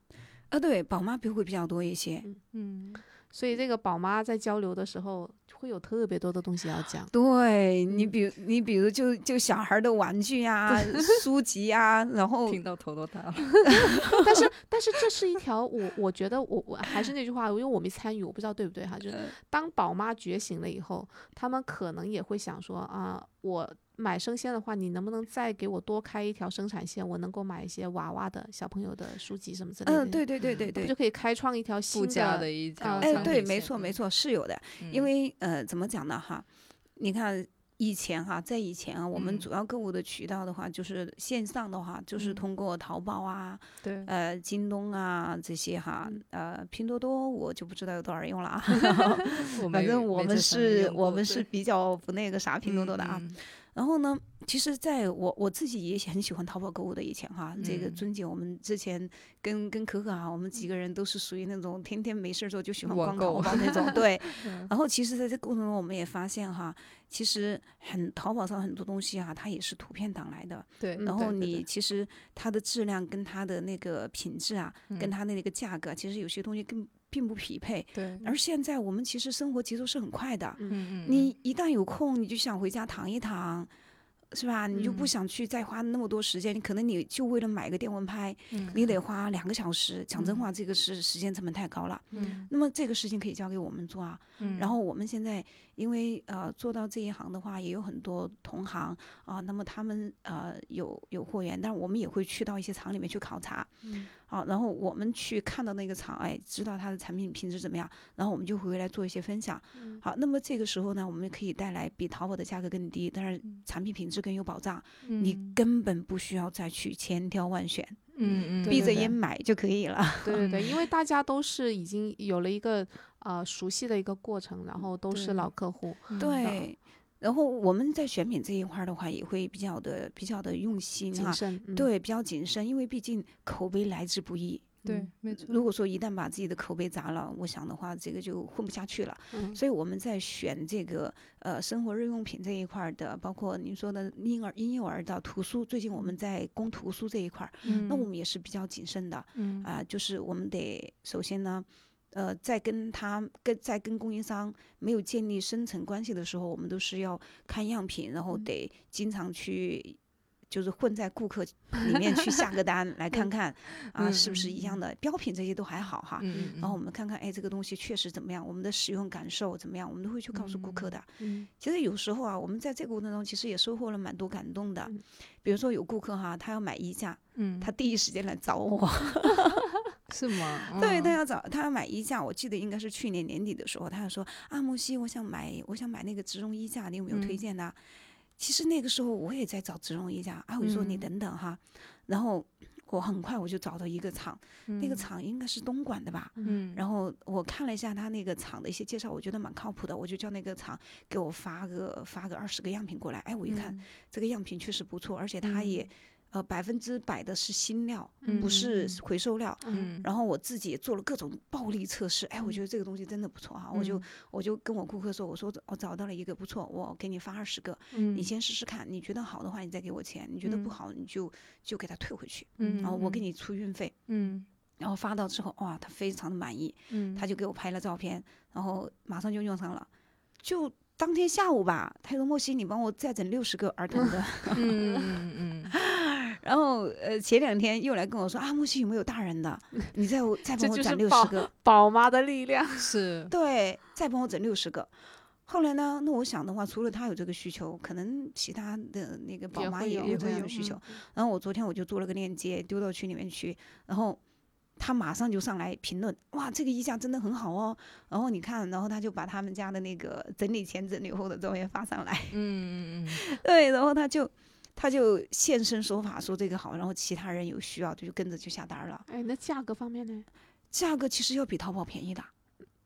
Speaker 3: 啊，对，宝妈比会比较多一些。
Speaker 1: 嗯，
Speaker 2: 所以这个宝妈在交流的时候会有特别多的东西要讲。
Speaker 3: 对你比如你比如就就小孩的玩具啊、书籍啊，然 后
Speaker 1: 听到头都大了。
Speaker 2: 但是，但是这是一条我我觉得我我还是那句话，因为我没参与，我不知道对不对哈。就是当宝妈觉醒了以后，他们可能也会想说啊，我买生鲜的话，你能不能再给我多开一条生产线，我能够买一些娃娃的小朋友的书籍什么之类的。
Speaker 3: 嗯，，对对对对
Speaker 2: 就
Speaker 3: 对。
Speaker 2: 可以开创一条
Speaker 1: 附
Speaker 2: 新
Speaker 1: 加的一条产
Speaker 2: 啊
Speaker 3: 哎
Speaker 1: 品线，，
Speaker 3: 对，没错，没
Speaker 1: 嗯，
Speaker 3: 错，是有的。因为呃，怎么讲呢哈？你看以前哈，在以前啊，我们
Speaker 1: 嗯
Speaker 3: 主要购物的渠道的话，就是线上的话，就
Speaker 2: 嗯
Speaker 3: 是通过淘宝啊、
Speaker 1: 对，
Speaker 3: 呃、京东啊这些哈
Speaker 2: 嗯，
Speaker 3: 呃，拼多多我就不知道有多少人用了啊。
Speaker 1: 我
Speaker 3: 反
Speaker 1: 没
Speaker 3: 正我
Speaker 1: 没这方面
Speaker 3: 们是
Speaker 1: 用
Speaker 3: 我
Speaker 1: 过
Speaker 3: 们是
Speaker 1: 对
Speaker 3: 比较不那个啥拼多多的啊。
Speaker 1: 嗯嗯
Speaker 3: 然后呢，其实在我我自己也很喜欢淘宝购物的。以前哈，这个
Speaker 1: 嗯
Speaker 3: 尊姐，我们之前跟跟可可啊，我们几个人都是属于那种天天没事儿做就喜欢
Speaker 1: 网
Speaker 3: 逛淘
Speaker 1: 购
Speaker 3: 宝那种。对
Speaker 1: 嗯，
Speaker 3: 然后其实在这过程中，我们也发现哈，其实很淘宝上很多东西啊，它也是图片党来的。
Speaker 1: 对，
Speaker 3: 然
Speaker 2: 嗯
Speaker 3: 后
Speaker 2: 对对
Speaker 3: 你
Speaker 2: 对
Speaker 3: 其实它的质量跟它的那个品质啊，跟
Speaker 1: 嗯
Speaker 3: 它的那个价格，其实有些东西更并不匹配。
Speaker 1: 对，
Speaker 3: 而现在我们其实生活节奏是很快的，
Speaker 1: 嗯嗯，
Speaker 3: 你一旦有空，你就想回家躺一躺，是吧？你就不
Speaker 1: 嗯
Speaker 3: 想去再花那么多时间，你可能你就为了买个电蚊拍，
Speaker 1: 嗯
Speaker 3: 你得花两个小时。讲真
Speaker 1: 嗯
Speaker 3: 话，这个是时间成本太高了。
Speaker 1: 嗯
Speaker 3: 那么这个事情可以交给我们做啊。
Speaker 1: 嗯
Speaker 3: 然后我们现在因为呃做到这一行的话，也有很多同行啊、那么他们呃有有货源，但我们也会去到一些厂里面去考察，
Speaker 2: 嗯
Speaker 3: 啊，然后我们去看到那个厂，哎，知道它的产品品质怎么样，然后我们就回来做一些分享。
Speaker 2: 嗯
Speaker 3: 好，那么这个时候呢，我们可以带来比淘宝的价格更低，但是
Speaker 2: 嗯
Speaker 3: 产品品质更有保障，你根本不需要再去千挑万选，
Speaker 1: 嗯嗯
Speaker 2: 对
Speaker 3: 闭着
Speaker 2: 对
Speaker 3: 眼买就可以了。
Speaker 2: 对对对，
Speaker 3: 嗯
Speaker 2: 因为大家都是已经有了一个呃熟悉的一个过程，然后都是
Speaker 1: 对
Speaker 3: 嗯
Speaker 2: 老客户，
Speaker 3: 对，然后我们在选品这一块儿的话，也会比较的比较的用心
Speaker 2: 谨
Speaker 3: 哈，
Speaker 2: 慎，嗯，
Speaker 3: 对，比较谨慎，因为毕竟口碑来之不易。
Speaker 1: 对，没错。
Speaker 3: 如果说一旦把自己的口碑砸了，我想的话，这个就混不下去了。
Speaker 2: 嗯
Speaker 3: 所以我们在选这个呃生活日用品这一块儿的，包括您说的婴儿婴幼儿的图书，最近我们在供图书这一块儿，那
Speaker 2: 嗯
Speaker 3: 我们也是比较谨慎的。
Speaker 1: 嗯
Speaker 3: 啊、就是我们得首先呢，呃，在跟他跟在跟供应商没有建立深层关系的时候，我们都是要看样品，然后得经常去。就是混在顾客里面去下个单，来看看啊是不是一样的标品，这些都还好哈。
Speaker 1: 嗯嗯
Speaker 3: 然后我们看看，哎，这个东西确实怎么样，我们的使用感受怎么样，我们都会去告诉顾客的。
Speaker 2: 嗯
Speaker 3: 其实有时候啊，我们在这个过程中其实也收获了蛮多感动的
Speaker 2: 嗯。
Speaker 3: 比如说有顾客哈，他要买衣架，
Speaker 1: 嗯
Speaker 3: 他第一时间来找我，
Speaker 1: 是吗？
Speaker 3: 对，他
Speaker 1: 对，
Speaker 3: 要找他要买衣架，我记得应该是去年年底的时候，他就说啊，木西，我想买，我想买那个植绒衣架，你有没有
Speaker 1: 嗯
Speaker 3: 推荐的啊？其实那个时候我也在找植绒衣架，啊，我就说你
Speaker 1: 嗯
Speaker 3: 等等哈，然后我很快我就找到一个厂，那个
Speaker 1: 嗯
Speaker 3: 厂应该是东莞的吧。
Speaker 1: 嗯，
Speaker 3: 然后我看了一下他那个厂的一些介绍，我觉得蛮靠谱的，我就叫那个厂给我发个发个二十个样品过来。哎，我一看、
Speaker 1: 嗯
Speaker 3: 这个样品确实不错，而且它也、呃百分之百的是新料，不是
Speaker 1: 嗯
Speaker 3: 回收料。
Speaker 1: 嗯，
Speaker 3: 然后我自己也做了各种暴力测试，哎，我觉得这个东西真的不错哈、我就
Speaker 1: 嗯
Speaker 3: 我就跟我顾客说，我说我找到了一个不错，我给你发二十个，
Speaker 1: 嗯
Speaker 3: 你先试试看，你觉得好的话你再给我钱，你觉得
Speaker 1: 嗯
Speaker 3: 不好你就就给他退回去，
Speaker 1: 嗯，
Speaker 3: 然后我给你出运费。
Speaker 1: 嗯
Speaker 3: 然后发到之后，哇，他非常的满意，
Speaker 1: 嗯，
Speaker 3: 他就给我拍了照片，然后马上就用上了，就当天下午吧，他说莫西，你帮我再整六十个儿童 的，
Speaker 1: 嗯嗯嗯
Speaker 3: 然后呃前两天又来跟我说啊，莫西有没有大人的，你 再我再
Speaker 2: 这
Speaker 3: 帮我
Speaker 2: 就
Speaker 3: 攒
Speaker 2: 是
Speaker 3: 六
Speaker 2: 宝
Speaker 3: 十个，
Speaker 2: 宝妈的力量，
Speaker 1: 嗯，是，
Speaker 3: 对，再帮我整六十个。后来呢？那我想的话，除了他有这个需求，可能其他的那个宝
Speaker 2: 也
Speaker 3: 妈
Speaker 2: 会
Speaker 3: 也
Speaker 2: 有
Speaker 1: 也
Speaker 3: 这
Speaker 1: 会
Speaker 3: 样
Speaker 1: 有
Speaker 3: 的需求。
Speaker 2: 嗯
Speaker 3: 然后我昨天我就做了个链接丢到群里面去，然后他马上就上来评论，哇，这个衣架真的很好哦。然后你看，然后他就把他们家的那个整理前、整理后的照片发上来，
Speaker 1: 嗯嗯
Speaker 3: 对，然后他就他就现身说法说这个好，然后其他人有需要就跟着就下单了。
Speaker 2: 哎，那价格方面呢？
Speaker 3: 价格其实要比淘宝便宜的，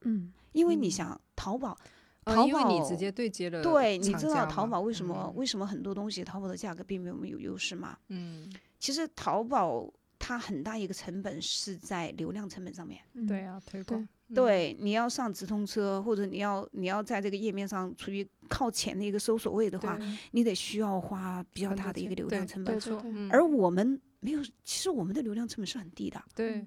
Speaker 2: 嗯，
Speaker 3: 因为你
Speaker 2: 嗯
Speaker 3: 想淘宝。
Speaker 1: 嗯，
Speaker 3: 淘
Speaker 1: 因为你
Speaker 3: 宝
Speaker 1: 直接对接了，
Speaker 3: 对，你知道淘宝为什
Speaker 2: 嗯
Speaker 3: 么、？为什么很多东西淘宝的价格并没有我们有优势吗？
Speaker 1: 嗯，
Speaker 3: 其实淘宝它很大一个成本是在流量成本上面。
Speaker 2: 嗯
Speaker 1: 对，啊，推广，
Speaker 3: 对，你要上直通车，或者你要你要在这个页面上处于靠前的一个搜索位的话，你得需要花比较
Speaker 1: 很多
Speaker 3: 大的一个
Speaker 1: 钱
Speaker 3: 流
Speaker 1: 对
Speaker 3: 量成
Speaker 2: 对嗯
Speaker 3: 本。
Speaker 1: 没错，
Speaker 3: 而我们没有，其实我们的流量成本是很低的。
Speaker 1: 对，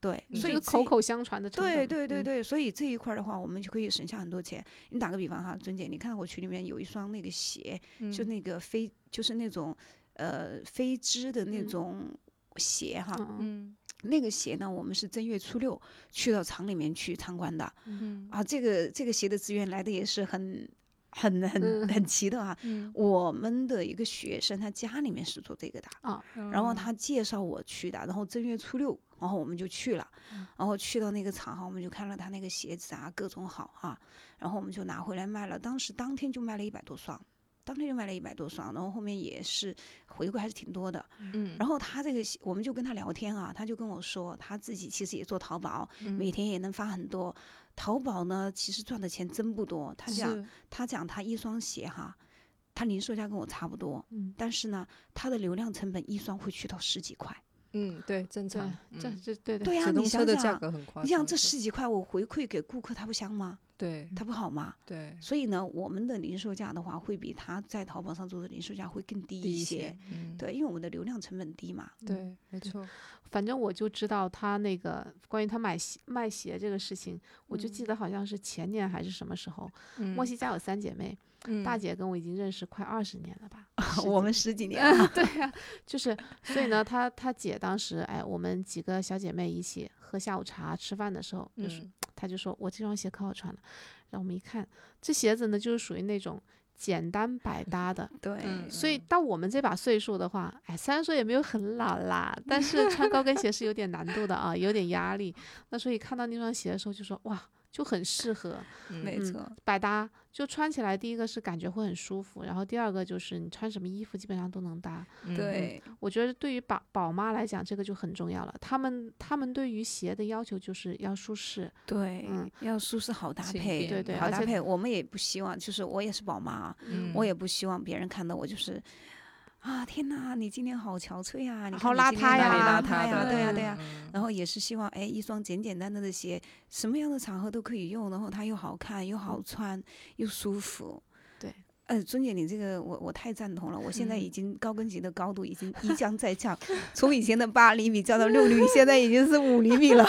Speaker 3: 对，
Speaker 1: 嗯
Speaker 3: 所
Speaker 2: 所
Speaker 3: 以
Speaker 2: 以
Speaker 3: 这
Speaker 2: 口口相传的成
Speaker 3: 对
Speaker 2: 本
Speaker 3: 对对
Speaker 2: 嗯
Speaker 3: 对，所以这一块儿的话，我们就可以省下很多钱。你打个比方哈，尊姐，你看我群里面有一双那个鞋，
Speaker 2: 嗯
Speaker 3: 就那个飞，就是那种呃飞织的那
Speaker 2: 嗯
Speaker 3: 种鞋哈。
Speaker 2: 嗯嗯
Speaker 1: 嗯
Speaker 3: 那个鞋呢，我们是正月初六去到厂里面去参观的
Speaker 1: 嗯
Speaker 3: 啊。这个这个鞋的资源来的也是很很很
Speaker 2: 嗯
Speaker 3: 很奇特哈。
Speaker 1: 嗯，
Speaker 3: 我们的一个学生，他家里面是做这个的，然
Speaker 1: 嗯
Speaker 3: 后他介绍我去的，然后正月初六，然后我们就去了，然后去到那个厂哈，我们就看了他那个鞋子啊，各种好哈、然后我们就拿回来卖了，当时当天就卖了一百多双，当天就卖了一百多双，然后后面也是回馈还是挺多的。
Speaker 1: 嗯，
Speaker 3: 然后他这个鞋我们就跟他聊天啊，他就跟我说他自己其实也做淘宝，
Speaker 1: 嗯
Speaker 3: 每天也能发很多。淘宝呢，其实赚的钱真不多。他讲，他讲他一双鞋哈，他零售价跟我差不多，
Speaker 2: 嗯，
Speaker 3: 但是呢，它的流量成本一双会去到十几块。
Speaker 1: 嗯，对，正常，
Speaker 2: 对，这这对
Speaker 3: 对呀、
Speaker 1: 直
Speaker 3: 你
Speaker 1: 通车
Speaker 3: 想
Speaker 1: 的价
Speaker 3: 想，
Speaker 1: 格很夸张，
Speaker 3: 你想这十几块我回馈给顾客，他不香吗？
Speaker 1: 对
Speaker 3: 他不好吗？
Speaker 1: 对
Speaker 3: 所以呢，我们的零售价的话，会比他在淘宝上做的零售价会更低
Speaker 1: 低
Speaker 3: 一
Speaker 1: 些
Speaker 3: 些。，
Speaker 1: 嗯
Speaker 3: 对，因为我们的流量成本低嘛。，
Speaker 1: 对，没错，
Speaker 2: 反正我就知道他那个关于他买鞋卖鞋这个事情，我就记得好像是前年还是什么时候，
Speaker 1: 嗯
Speaker 2: 莫西家有三姐妹，大姐跟我已经认识快二十年了吧
Speaker 3: 我们十几嗯年了，
Speaker 2: 啊，对呀、就是所以呢，她她姐当时哎，我们几个小姐妹一起喝下午茶吃饭的时候，就是
Speaker 1: 嗯
Speaker 2: 她就说我这双鞋可好穿了，然后我们一看，这鞋子呢就是属于那种简单百搭的，
Speaker 3: 对，
Speaker 1: 嗯
Speaker 2: 所以到我们这把岁数的话，哎，虽然说也没有很老啦， 但是穿高跟鞋是有点难度的啊，有点压力。那所以看到那双鞋的时候，就说哇，就很适合
Speaker 3: 没
Speaker 2: 嗯
Speaker 3: 错，
Speaker 2: 百搭，就穿起来第一个是感觉会很舒服，然后第二个就是你穿什么衣服基本上都能搭。
Speaker 1: 嗯，
Speaker 3: 对，
Speaker 2: 我觉得对于宝宝妈来讲，这个就很重要了。他们他们对于鞋的要求就是要舒适，
Speaker 3: 对，
Speaker 2: 嗯
Speaker 3: 要舒适好搭
Speaker 1: 轻
Speaker 3: 配，
Speaker 1: 便
Speaker 2: 对对
Speaker 3: 好
Speaker 2: 而
Speaker 3: 搭
Speaker 2: 且
Speaker 3: 配。我们也不希望，就是我也是宝妈，
Speaker 1: 嗯
Speaker 3: 我也不希望别人看到我就是。啊天哪，你今天好憔悴啊！你
Speaker 2: 好
Speaker 3: 看
Speaker 2: 邋
Speaker 3: 你今
Speaker 2: 遢
Speaker 3: 天
Speaker 2: 呀
Speaker 1: 邋
Speaker 3: 哪里邋
Speaker 1: 遢
Speaker 3: 呀，
Speaker 1: 的，
Speaker 3: 对呀
Speaker 2: 嗯
Speaker 3: 对呀。然后也是希望，哎，一双简简单单的鞋，什么样的场合都可以用，然后它又好看，又好穿，又舒服。
Speaker 2: 嗯对，
Speaker 3: 呃，尊姐，你这个我我太赞同了。我现在已
Speaker 1: 嗯
Speaker 3: 经高跟鞋的高度已经一降再 降，从以前的八厘米降到六厘米，现在已经是五厘米了。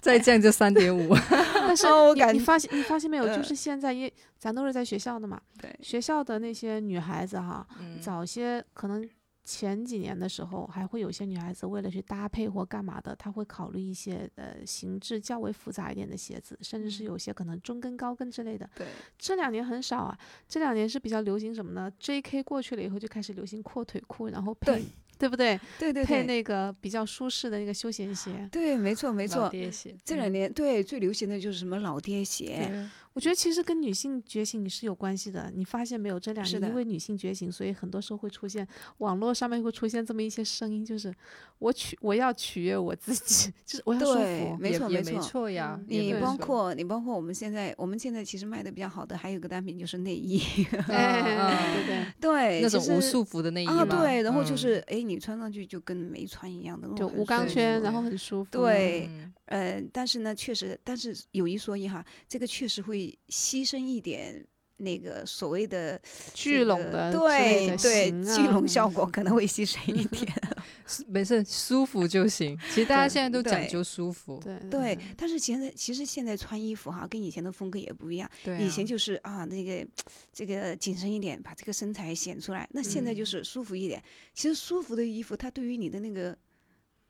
Speaker 1: 再降就三点五，
Speaker 2: 但是
Speaker 3: 哦我
Speaker 2: 你
Speaker 3: 感
Speaker 2: 你发现你发现没有，就
Speaker 3: 呃
Speaker 2: 是现在因为咱都是在学校的嘛，
Speaker 3: 对，
Speaker 2: 学校的那些女孩子哈、
Speaker 1: 嗯
Speaker 2: 早些可能前几年的时候，还会有些女孩子为了去搭配或干嘛的，她会考虑一些呃形制较为复杂一点的鞋子，甚至是有些可能中跟、高跟之类的。
Speaker 3: 嗯对，
Speaker 2: 这两年很少啊，这两年是比较流行什么呢？J.K. 过去了以后就开始流行阔腿裤，然后配
Speaker 3: 对
Speaker 2: 对不对？
Speaker 3: 对对
Speaker 2: 配
Speaker 3: 对，
Speaker 2: 那个比较舒适的那个休闲鞋。
Speaker 3: 对，没错没
Speaker 1: 老
Speaker 3: 错。
Speaker 1: 爹鞋，
Speaker 3: 这
Speaker 2: 嗯
Speaker 3: 两年对最流行的就是什么老爹鞋，
Speaker 1: 嗯
Speaker 2: 我觉得其实跟女性觉醒是有关系的，你发现没有？这两
Speaker 3: 是
Speaker 2: 年因
Speaker 3: 的
Speaker 2: 为女性觉醒，所以很多时候会出现网络上面会出现这么一些声音，就是我取我要取悦我自己， 就是我要舒
Speaker 3: 对，
Speaker 2: 服。
Speaker 3: 没
Speaker 1: 也
Speaker 3: 错
Speaker 1: 也没
Speaker 3: 没错。嗯
Speaker 1: 错呀，
Speaker 2: 也
Speaker 3: 你
Speaker 2: 不
Speaker 3: 包
Speaker 2: 是
Speaker 3: 括你包括我们现在我们现在其实卖的比较好的还有一个单品就是内衣，
Speaker 2: 哎，
Speaker 1: 哎
Speaker 2: 对
Speaker 3: 嗯
Speaker 2: 对
Speaker 3: 对，
Speaker 1: 那
Speaker 3: 就
Speaker 1: 种无
Speaker 3: 是
Speaker 1: 束缚的内衣
Speaker 3: 啊，
Speaker 1: 嘛嗯
Speaker 3: 对，然后就是哎，你穿上去就跟没穿一样的那
Speaker 2: 对，嗯
Speaker 3: 种
Speaker 2: 就
Speaker 3: 很
Speaker 2: 无钢
Speaker 3: 舒
Speaker 2: 圈，
Speaker 3: 服
Speaker 2: 然后很舒服。
Speaker 3: 对
Speaker 1: 嗯
Speaker 3: 呃，但是呢，确实，但是有一说一哈，这个确实会牺牲一点。那个所谓的
Speaker 2: 聚
Speaker 3: 这
Speaker 2: 拢
Speaker 3: 个
Speaker 2: 的之类
Speaker 3: 对
Speaker 2: 的
Speaker 3: 对
Speaker 2: 型，
Speaker 3: 聚
Speaker 2: 啊
Speaker 3: 拢
Speaker 2: 嗯
Speaker 3: 效果可能会牺牲一点。
Speaker 1: 没事，舒服就行。其实大家
Speaker 3: 对
Speaker 1: 现在都讲
Speaker 3: 对
Speaker 1: 究舒服，
Speaker 2: 对
Speaker 3: 对，但是现在其实现在穿衣服哈，跟以前的风格也不一样。
Speaker 1: 对啊，
Speaker 3: 以前就是啊，那个这个紧身一点，把这个身材显出来。那现在就
Speaker 2: 嗯
Speaker 3: 是舒服一点。其实舒服的衣服，它对于你的那个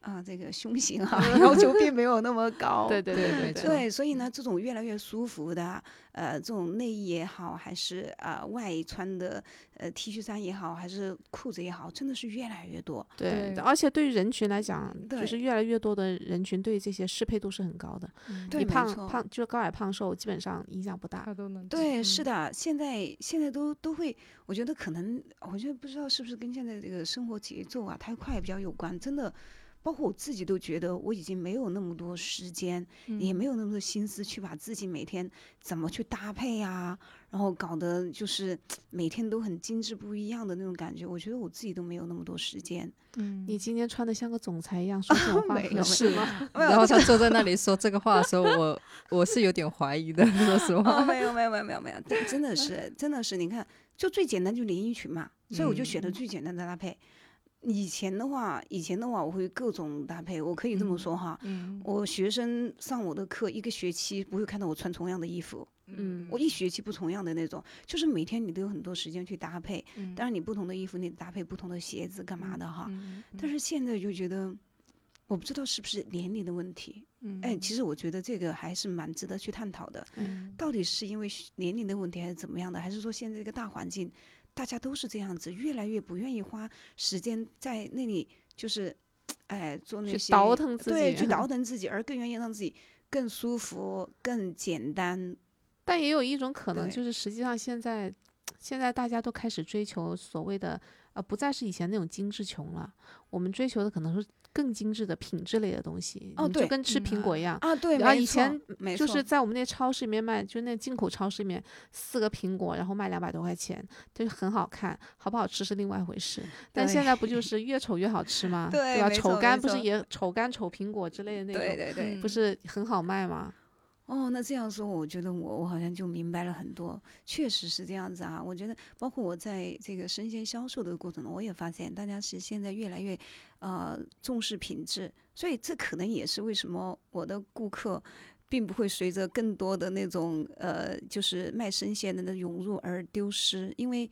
Speaker 3: 啊这个胸型啊要求并没有那么 高。
Speaker 2: 对对
Speaker 1: 对
Speaker 2: 对
Speaker 1: 没
Speaker 2: 对
Speaker 1: 错
Speaker 3: 对，所以呢，这种越来越舒服的，呃，这种内衣也好，还是啊、呃外穿的呃 T 恤衫也好，还是裤子也好，真的是越来越多。
Speaker 2: 对
Speaker 1: 对
Speaker 2: 而且对于人群来讲，就
Speaker 3: 对
Speaker 2: 是越来越多的人群对这些适配度是很高的。
Speaker 1: 嗯
Speaker 3: 对
Speaker 2: 你
Speaker 3: 没
Speaker 2: 胖
Speaker 3: 错
Speaker 2: 胖就是高矮胖瘦基本上影响不大。
Speaker 1: 他都能
Speaker 3: 对，是
Speaker 1: 的，
Speaker 3: 的，现在现在都都会，我觉得可能，我觉得不知道是不是跟现在这个生活节奏啊太快比较有关，真的。包括我自己都觉得我已经没有那么多时间，
Speaker 1: 嗯
Speaker 3: 也没有那么多心思去把自己每天怎么去搭配呀、然后搞得就是每天都很精致不一样的那种感觉。我觉得我自己都没有那么多时间。
Speaker 1: 嗯
Speaker 2: 你今天穿的像个总裁一样，说这 种话
Speaker 3: 没有没
Speaker 2: 合适
Speaker 1: 有
Speaker 2: 吗？
Speaker 3: 没 有
Speaker 1: 然后他坐在那里说这个话的时候，我我是有点怀疑的，说实
Speaker 3: 哦，
Speaker 1: 话。
Speaker 3: 没有没有没有没有没有，对，真的是真的是，你看，就最简单就连衣裙嘛，所以我就选
Speaker 1: 嗯
Speaker 3: 了最简单的搭配。以前的话，以前的话，我会各种搭配，我可以这么
Speaker 1: 嗯
Speaker 3: 说哈。
Speaker 1: 嗯
Speaker 3: 我学生上我的课，一个学期不会看到我穿同样的衣服，
Speaker 2: 嗯
Speaker 3: 我一学期不同样的那种，就是每天你都有很多时间去搭配。当然，你不同的衣服，你搭配不同的鞋子干嘛的哈。
Speaker 1: 嗯
Speaker 3: 啊但是现在就觉得，我不知道是不是年龄的问题，哎，其实我觉得这个还是蛮值得去探讨的。
Speaker 1: 嗯
Speaker 3: 到底是因为学年龄的问题还是怎么样的，还是说现在这个大环境，大家都是这样子，越来越不愿意花时间在那里，就是，哎，做那
Speaker 2: 去
Speaker 3: 些
Speaker 2: 倒腾自
Speaker 3: 对，
Speaker 2: 己
Speaker 3: 去倒腾自己，而更愿意让自己更舒服、更简单。
Speaker 2: 但也有一种可能，
Speaker 3: 对
Speaker 2: 就是实际上现在现在大家都开始追求所谓的呃，不再是以前那种精致穷了，我们追求的可能是更精致的品质类的东西。
Speaker 3: 哦
Speaker 2: 你就
Speaker 3: 对
Speaker 2: 跟吃
Speaker 1: 嗯
Speaker 2: 苹果一样。
Speaker 3: 啊，对，
Speaker 2: 然后
Speaker 3: 没
Speaker 2: 以
Speaker 3: 错
Speaker 2: 前
Speaker 3: 没
Speaker 2: 就
Speaker 3: 错
Speaker 2: 是在我们那超市里面卖，就那进口超市里面，四个苹果，然后卖两百多块钱，就是很好看，好不好吃是另外一回事。但
Speaker 3: 对
Speaker 2: 现在不就是越丑越好吃吗？
Speaker 3: 对
Speaker 2: 吧？
Speaker 3: 没
Speaker 2: 丑
Speaker 3: 错
Speaker 2: 柑
Speaker 3: 没
Speaker 2: 不是
Speaker 3: 错
Speaker 2: 也丑柑、丑苹果之类的那种，
Speaker 3: 对对对。
Speaker 2: 不是很好卖吗？
Speaker 3: 哦，那这样说，我觉得我我好像就明白了很多，确实是这样子啊。我觉得，包括我在这个生鲜销售的过程中，我也发现大家是现在越来越呃重视品质，所以这可能也是为什么我的顾客。并不会随着更多的那种呃，就是卖生鲜的那涌入而丢失，因为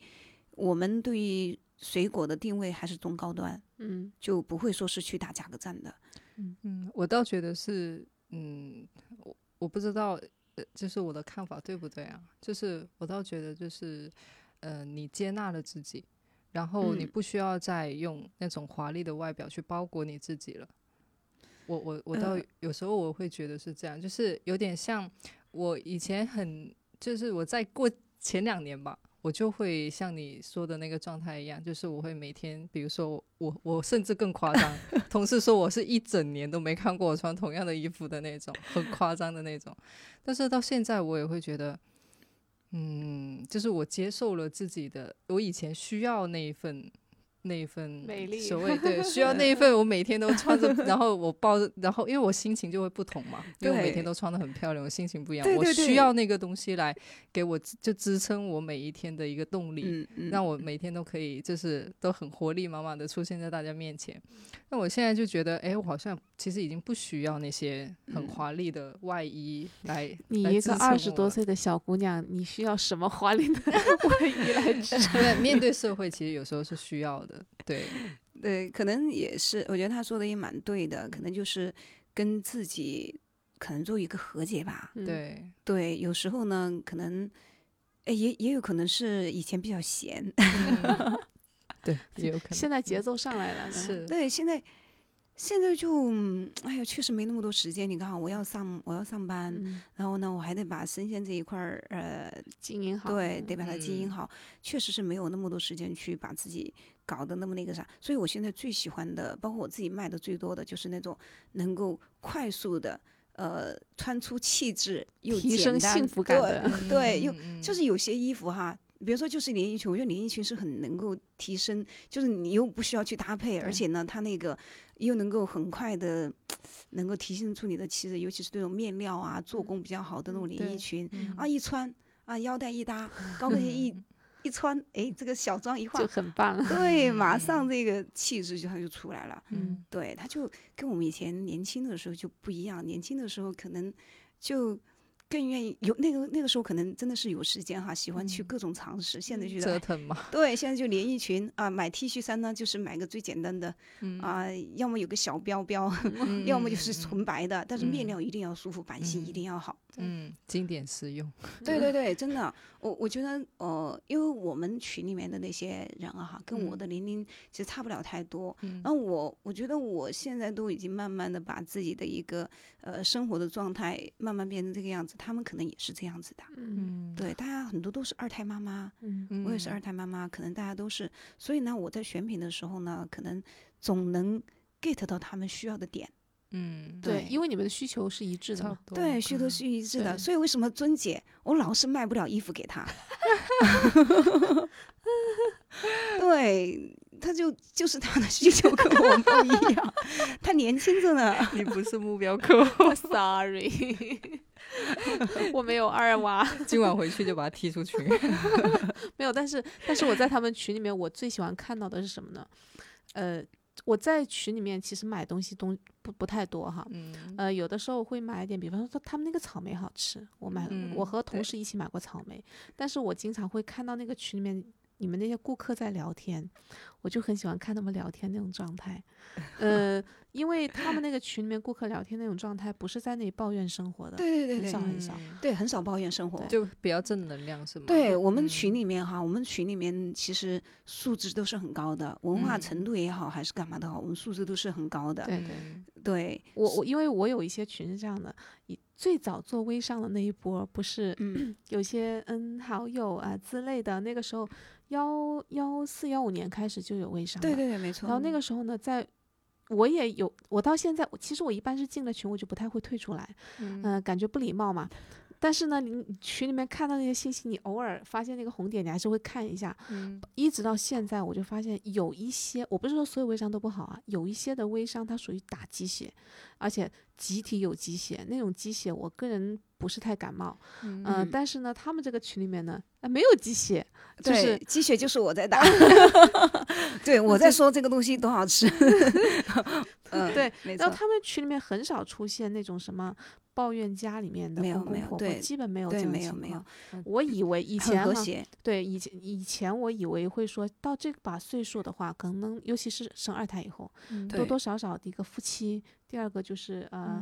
Speaker 3: 我们对于水果的定位还是中高端，
Speaker 2: 嗯，
Speaker 3: 就不会说是去打价格战的。
Speaker 1: 嗯，我倒觉得是，嗯，我我不知道呃就是我的看法对不对啊？就是我倒觉得就是，呃，你接纳了自己，然后你
Speaker 2: 嗯
Speaker 1: 不需要再用那种华丽的外表去包裹你自己了。我我我倒
Speaker 3: 呃
Speaker 1: 有时候我会觉得是这样，就是有点像我以前很，就是我在过前两年吧，我就会像你说的那个状态一样，就是我会每天，比如说我我我甚至更夸张， 同事说我是一整年都没看过我穿同样的衣服的那 种，很夸张的那种。但是到现在我也会觉得，嗯，就是我接受了自己的，我以前需要那一份。那一份
Speaker 2: 美丽
Speaker 1: 所谓 对，需要那一份我每天都穿着，然后我抱着，然后因为我心情就会不同 嘛，因为我每天
Speaker 3: 对
Speaker 1: 都穿的很漂亮，我心情不一样，
Speaker 3: 对对
Speaker 1: 我需
Speaker 3: 对
Speaker 1: 要那个东西来给我支就支撑我每一天的一个动力。
Speaker 3: 嗯嗯，
Speaker 1: 让我每天都可以就是都很活力满满的出现在大家面前。
Speaker 3: 嗯
Speaker 1: 那我现在就觉得，哎，我好像其实已经不需要那些很
Speaker 3: 嗯
Speaker 1: 华丽的外衣来、
Speaker 2: 你
Speaker 1: 来
Speaker 2: 一
Speaker 1: 支
Speaker 2: 个
Speaker 1: 撑
Speaker 2: 二十
Speaker 1: 我
Speaker 2: 多
Speaker 1: 了。
Speaker 2: 岁的小姑娘，你需要什么华丽的外衣来支 撑？
Speaker 1: 对，面对社会其实有时候是需要的，对，
Speaker 3: 对，可能也是，我觉得他说的也蛮对的，可能就是跟自己可能做一个和解吧。
Speaker 2: 嗯，
Speaker 1: 对，
Speaker 3: 对，有时候呢，可能，哎，也也有可能是以前比较闲，
Speaker 1: 嗯对，也有可能
Speaker 2: 现在节奏上来了，
Speaker 1: 是，
Speaker 3: 对，现在现在就，嗯哎呀，确实没那么多时间。你看啊，我要上我要上班，
Speaker 2: 嗯，
Speaker 3: 然后呢，我还得把生鲜这一块儿，呃，
Speaker 2: 经营好，
Speaker 3: 对，得把它经营
Speaker 1: 嗯
Speaker 3: 好，确实是没有那么多时间去把自己搞得那么那个啥。所以我现在最喜欢的，包括我自己卖的最多的，就是那种能够快速的，呃，穿出气质又
Speaker 2: 提
Speaker 3: 简
Speaker 2: 升
Speaker 3: 单
Speaker 2: 幸福感
Speaker 3: 对
Speaker 2: 的
Speaker 3: 对，又
Speaker 1: 嗯
Speaker 3: 就是有些衣服哈。比如说，就是连衣裙，我觉得连衣裙是很能够提升，就是你又不需要去搭配，而
Speaker 2: 对
Speaker 3: 且呢，它那个又能够很快的，能够提升出你的气质，尤其是这种面料啊、做
Speaker 2: 嗯
Speaker 3: 工比较好的那种连
Speaker 1: 对
Speaker 3: 衣裙，
Speaker 1: 嗯
Speaker 3: 啊，一穿啊，腰带一搭，高跟鞋 一嗯一穿，哎，这个小装一化
Speaker 2: 就，很棒。
Speaker 3: 对，马上这个气质就它就出来了。
Speaker 1: 嗯
Speaker 3: 对，它就跟我们以前年轻的时候就不一样，年轻的时候可能就。更愿意有那个那个时候可能真的是有时间哈，喜欢去
Speaker 1: 嗯
Speaker 3: 各种尝试。现在觉得
Speaker 1: 折
Speaker 3: 哎
Speaker 1: 腾嘛，
Speaker 3: 对，现在就连衣裙啊，买 T 恤衫呢，就是买个最简单的
Speaker 1: 嗯，
Speaker 3: 啊，要么有个小标标，
Speaker 1: 嗯
Speaker 3: 要么就是
Speaker 1: 嗯
Speaker 3: 纯白的，但是面
Speaker 1: 嗯
Speaker 3: 料一定要舒服，版型一
Speaker 1: 嗯
Speaker 3: 定要好。
Speaker 1: 嗯，嗯经典实用，
Speaker 3: 对对对，真的，我我觉得，呃，因为我们群里面的那些人啊，哈，跟我
Speaker 1: 嗯
Speaker 3: 的年龄其实差不了太多。
Speaker 1: 嗯
Speaker 3: 然后我我觉得我现在都已经慢慢的把自己的一个呃生活的状态慢慢变成这个样子，他们可能也是这样子的。
Speaker 2: 嗯
Speaker 1: 嗯，
Speaker 3: 对，大家很多都是二胎妈妈，
Speaker 2: 嗯，
Speaker 1: 嗯，
Speaker 3: 我也是二胎妈妈，可能大家都是，所以呢，我在选品的时候呢，可能总能 get 到他们需要的点。
Speaker 1: 嗯，
Speaker 2: 对，
Speaker 3: 对
Speaker 2: 因为你们的需求是一致的
Speaker 1: 差
Speaker 2: 嘛
Speaker 1: 不。多，嗯
Speaker 3: 对，需求是一致的，
Speaker 2: 对
Speaker 3: 所以为什么尊姐我老是卖不了衣服给她？ 对，她就就是她的需求跟我不一样，她年轻着呢。
Speaker 1: 你不是目标客 户。
Speaker 2: Oh, Sorry，我没有二娃，
Speaker 1: 嗯今晚回去 就把他踢出群。
Speaker 2: 没有。但是，但是我在他们群里面，我最喜欢看到的是什么呢？呃，我在群里面其实买东西东不不太多哈。
Speaker 1: 嗯
Speaker 2: 呃，有的时候会买一点，比方说他们那个草莓好吃，我买、
Speaker 1: 嗯
Speaker 2: 我和同
Speaker 1: 对
Speaker 2: 事一起买过草莓，但是我经常会看到那个群里面你们那些顾客在聊天，我就很喜欢看他们聊天那种状态， 呃，因为他们那个群里面顾客聊天那种状态，不是在那里抱怨生活的，
Speaker 3: 对对
Speaker 2: 很
Speaker 3: 对
Speaker 2: 少
Speaker 3: 对，
Speaker 2: 很少，
Speaker 3: 对很少抱怨生活。
Speaker 1: 嗯就比较正能量是吗？
Speaker 3: 对我们
Speaker 1: 嗯
Speaker 3: 群里面哈，我们群里面其实素质都是很高的，文化
Speaker 1: 嗯
Speaker 3: 程度也好，还是干嘛的好，我们素质都是很高的。
Speaker 2: 对对。
Speaker 1: 嗯
Speaker 3: 对，
Speaker 2: 我我因为我有一些群是这样的，以最早做微商的那一波，不是
Speaker 3: 嗯
Speaker 2: 有些嗯好友啊之类的，那个时候幺幺四幺五年开始就有微商了，
Speaker 3: 对对对，没错。嗯
Speaker 2: 然后那个时候呢，在我也有，我到现在，其实我一般是进了群，我就不太会退出来，
Speaker 1: 嗯
Speaker 2: 嗯、感觉不礼貌嘛。但是呢，你你群里面看到那些信息，你偶尔发现那个红点，你还是会看一下。
Speaker 1: 嗯
Speaker 2: 一直到现在，我就发现有一些，我不是说所有微商都不好啊，有一些的微商它属于打鸡血，而且集体有鸡血，那种鸡血我个人不是太感冒。
Speaker 1: 嗯
Speaker 2: 呃
Speaker 3: 嗯
Speaker 2: 但是呢，他们这个群里面呢，呃没有鸡血，就是
Speaker 3: 对鸡血就是我 在打，对我在说这个东西多 好吃。嗯，
Speaker 2: 对，
Speaker 3: 没
Speaker 2: 然后
Speaker 3: 错，
Speaker 2: 他们群里面很少出现那种什么抱怨家里面的
Speaker 3: 没有
Speaker 2: 公
Speaker 3: 没
Speaker 2: 公
Speaker 3: 有
Speaker 2: 婆婆，
Speaker 3: 对
Speaker 2: 基本没有这
Speaker 3: 对
Speaker 2: 种
Speaker 3: 没
Speaker 2: 情
Speaker 3: 有
Speaker 2: 况。
Speaker 3: 没有，
Speaker 2: 我以为以
Speaker 3: 很
Speaker 2: 前
Speaker 3: 和
Speaker 2: 哈
Speaker 3: 谐。
Speaker 2: 对以前以前我以为会说到这把岁数的话，可能尤其是生二胎以后，
Speaker 1: 嗯
Speaker 2: 多
Speaker 3: 对
Speaker 2: 多少少的一个夫妻，第二个就是呃、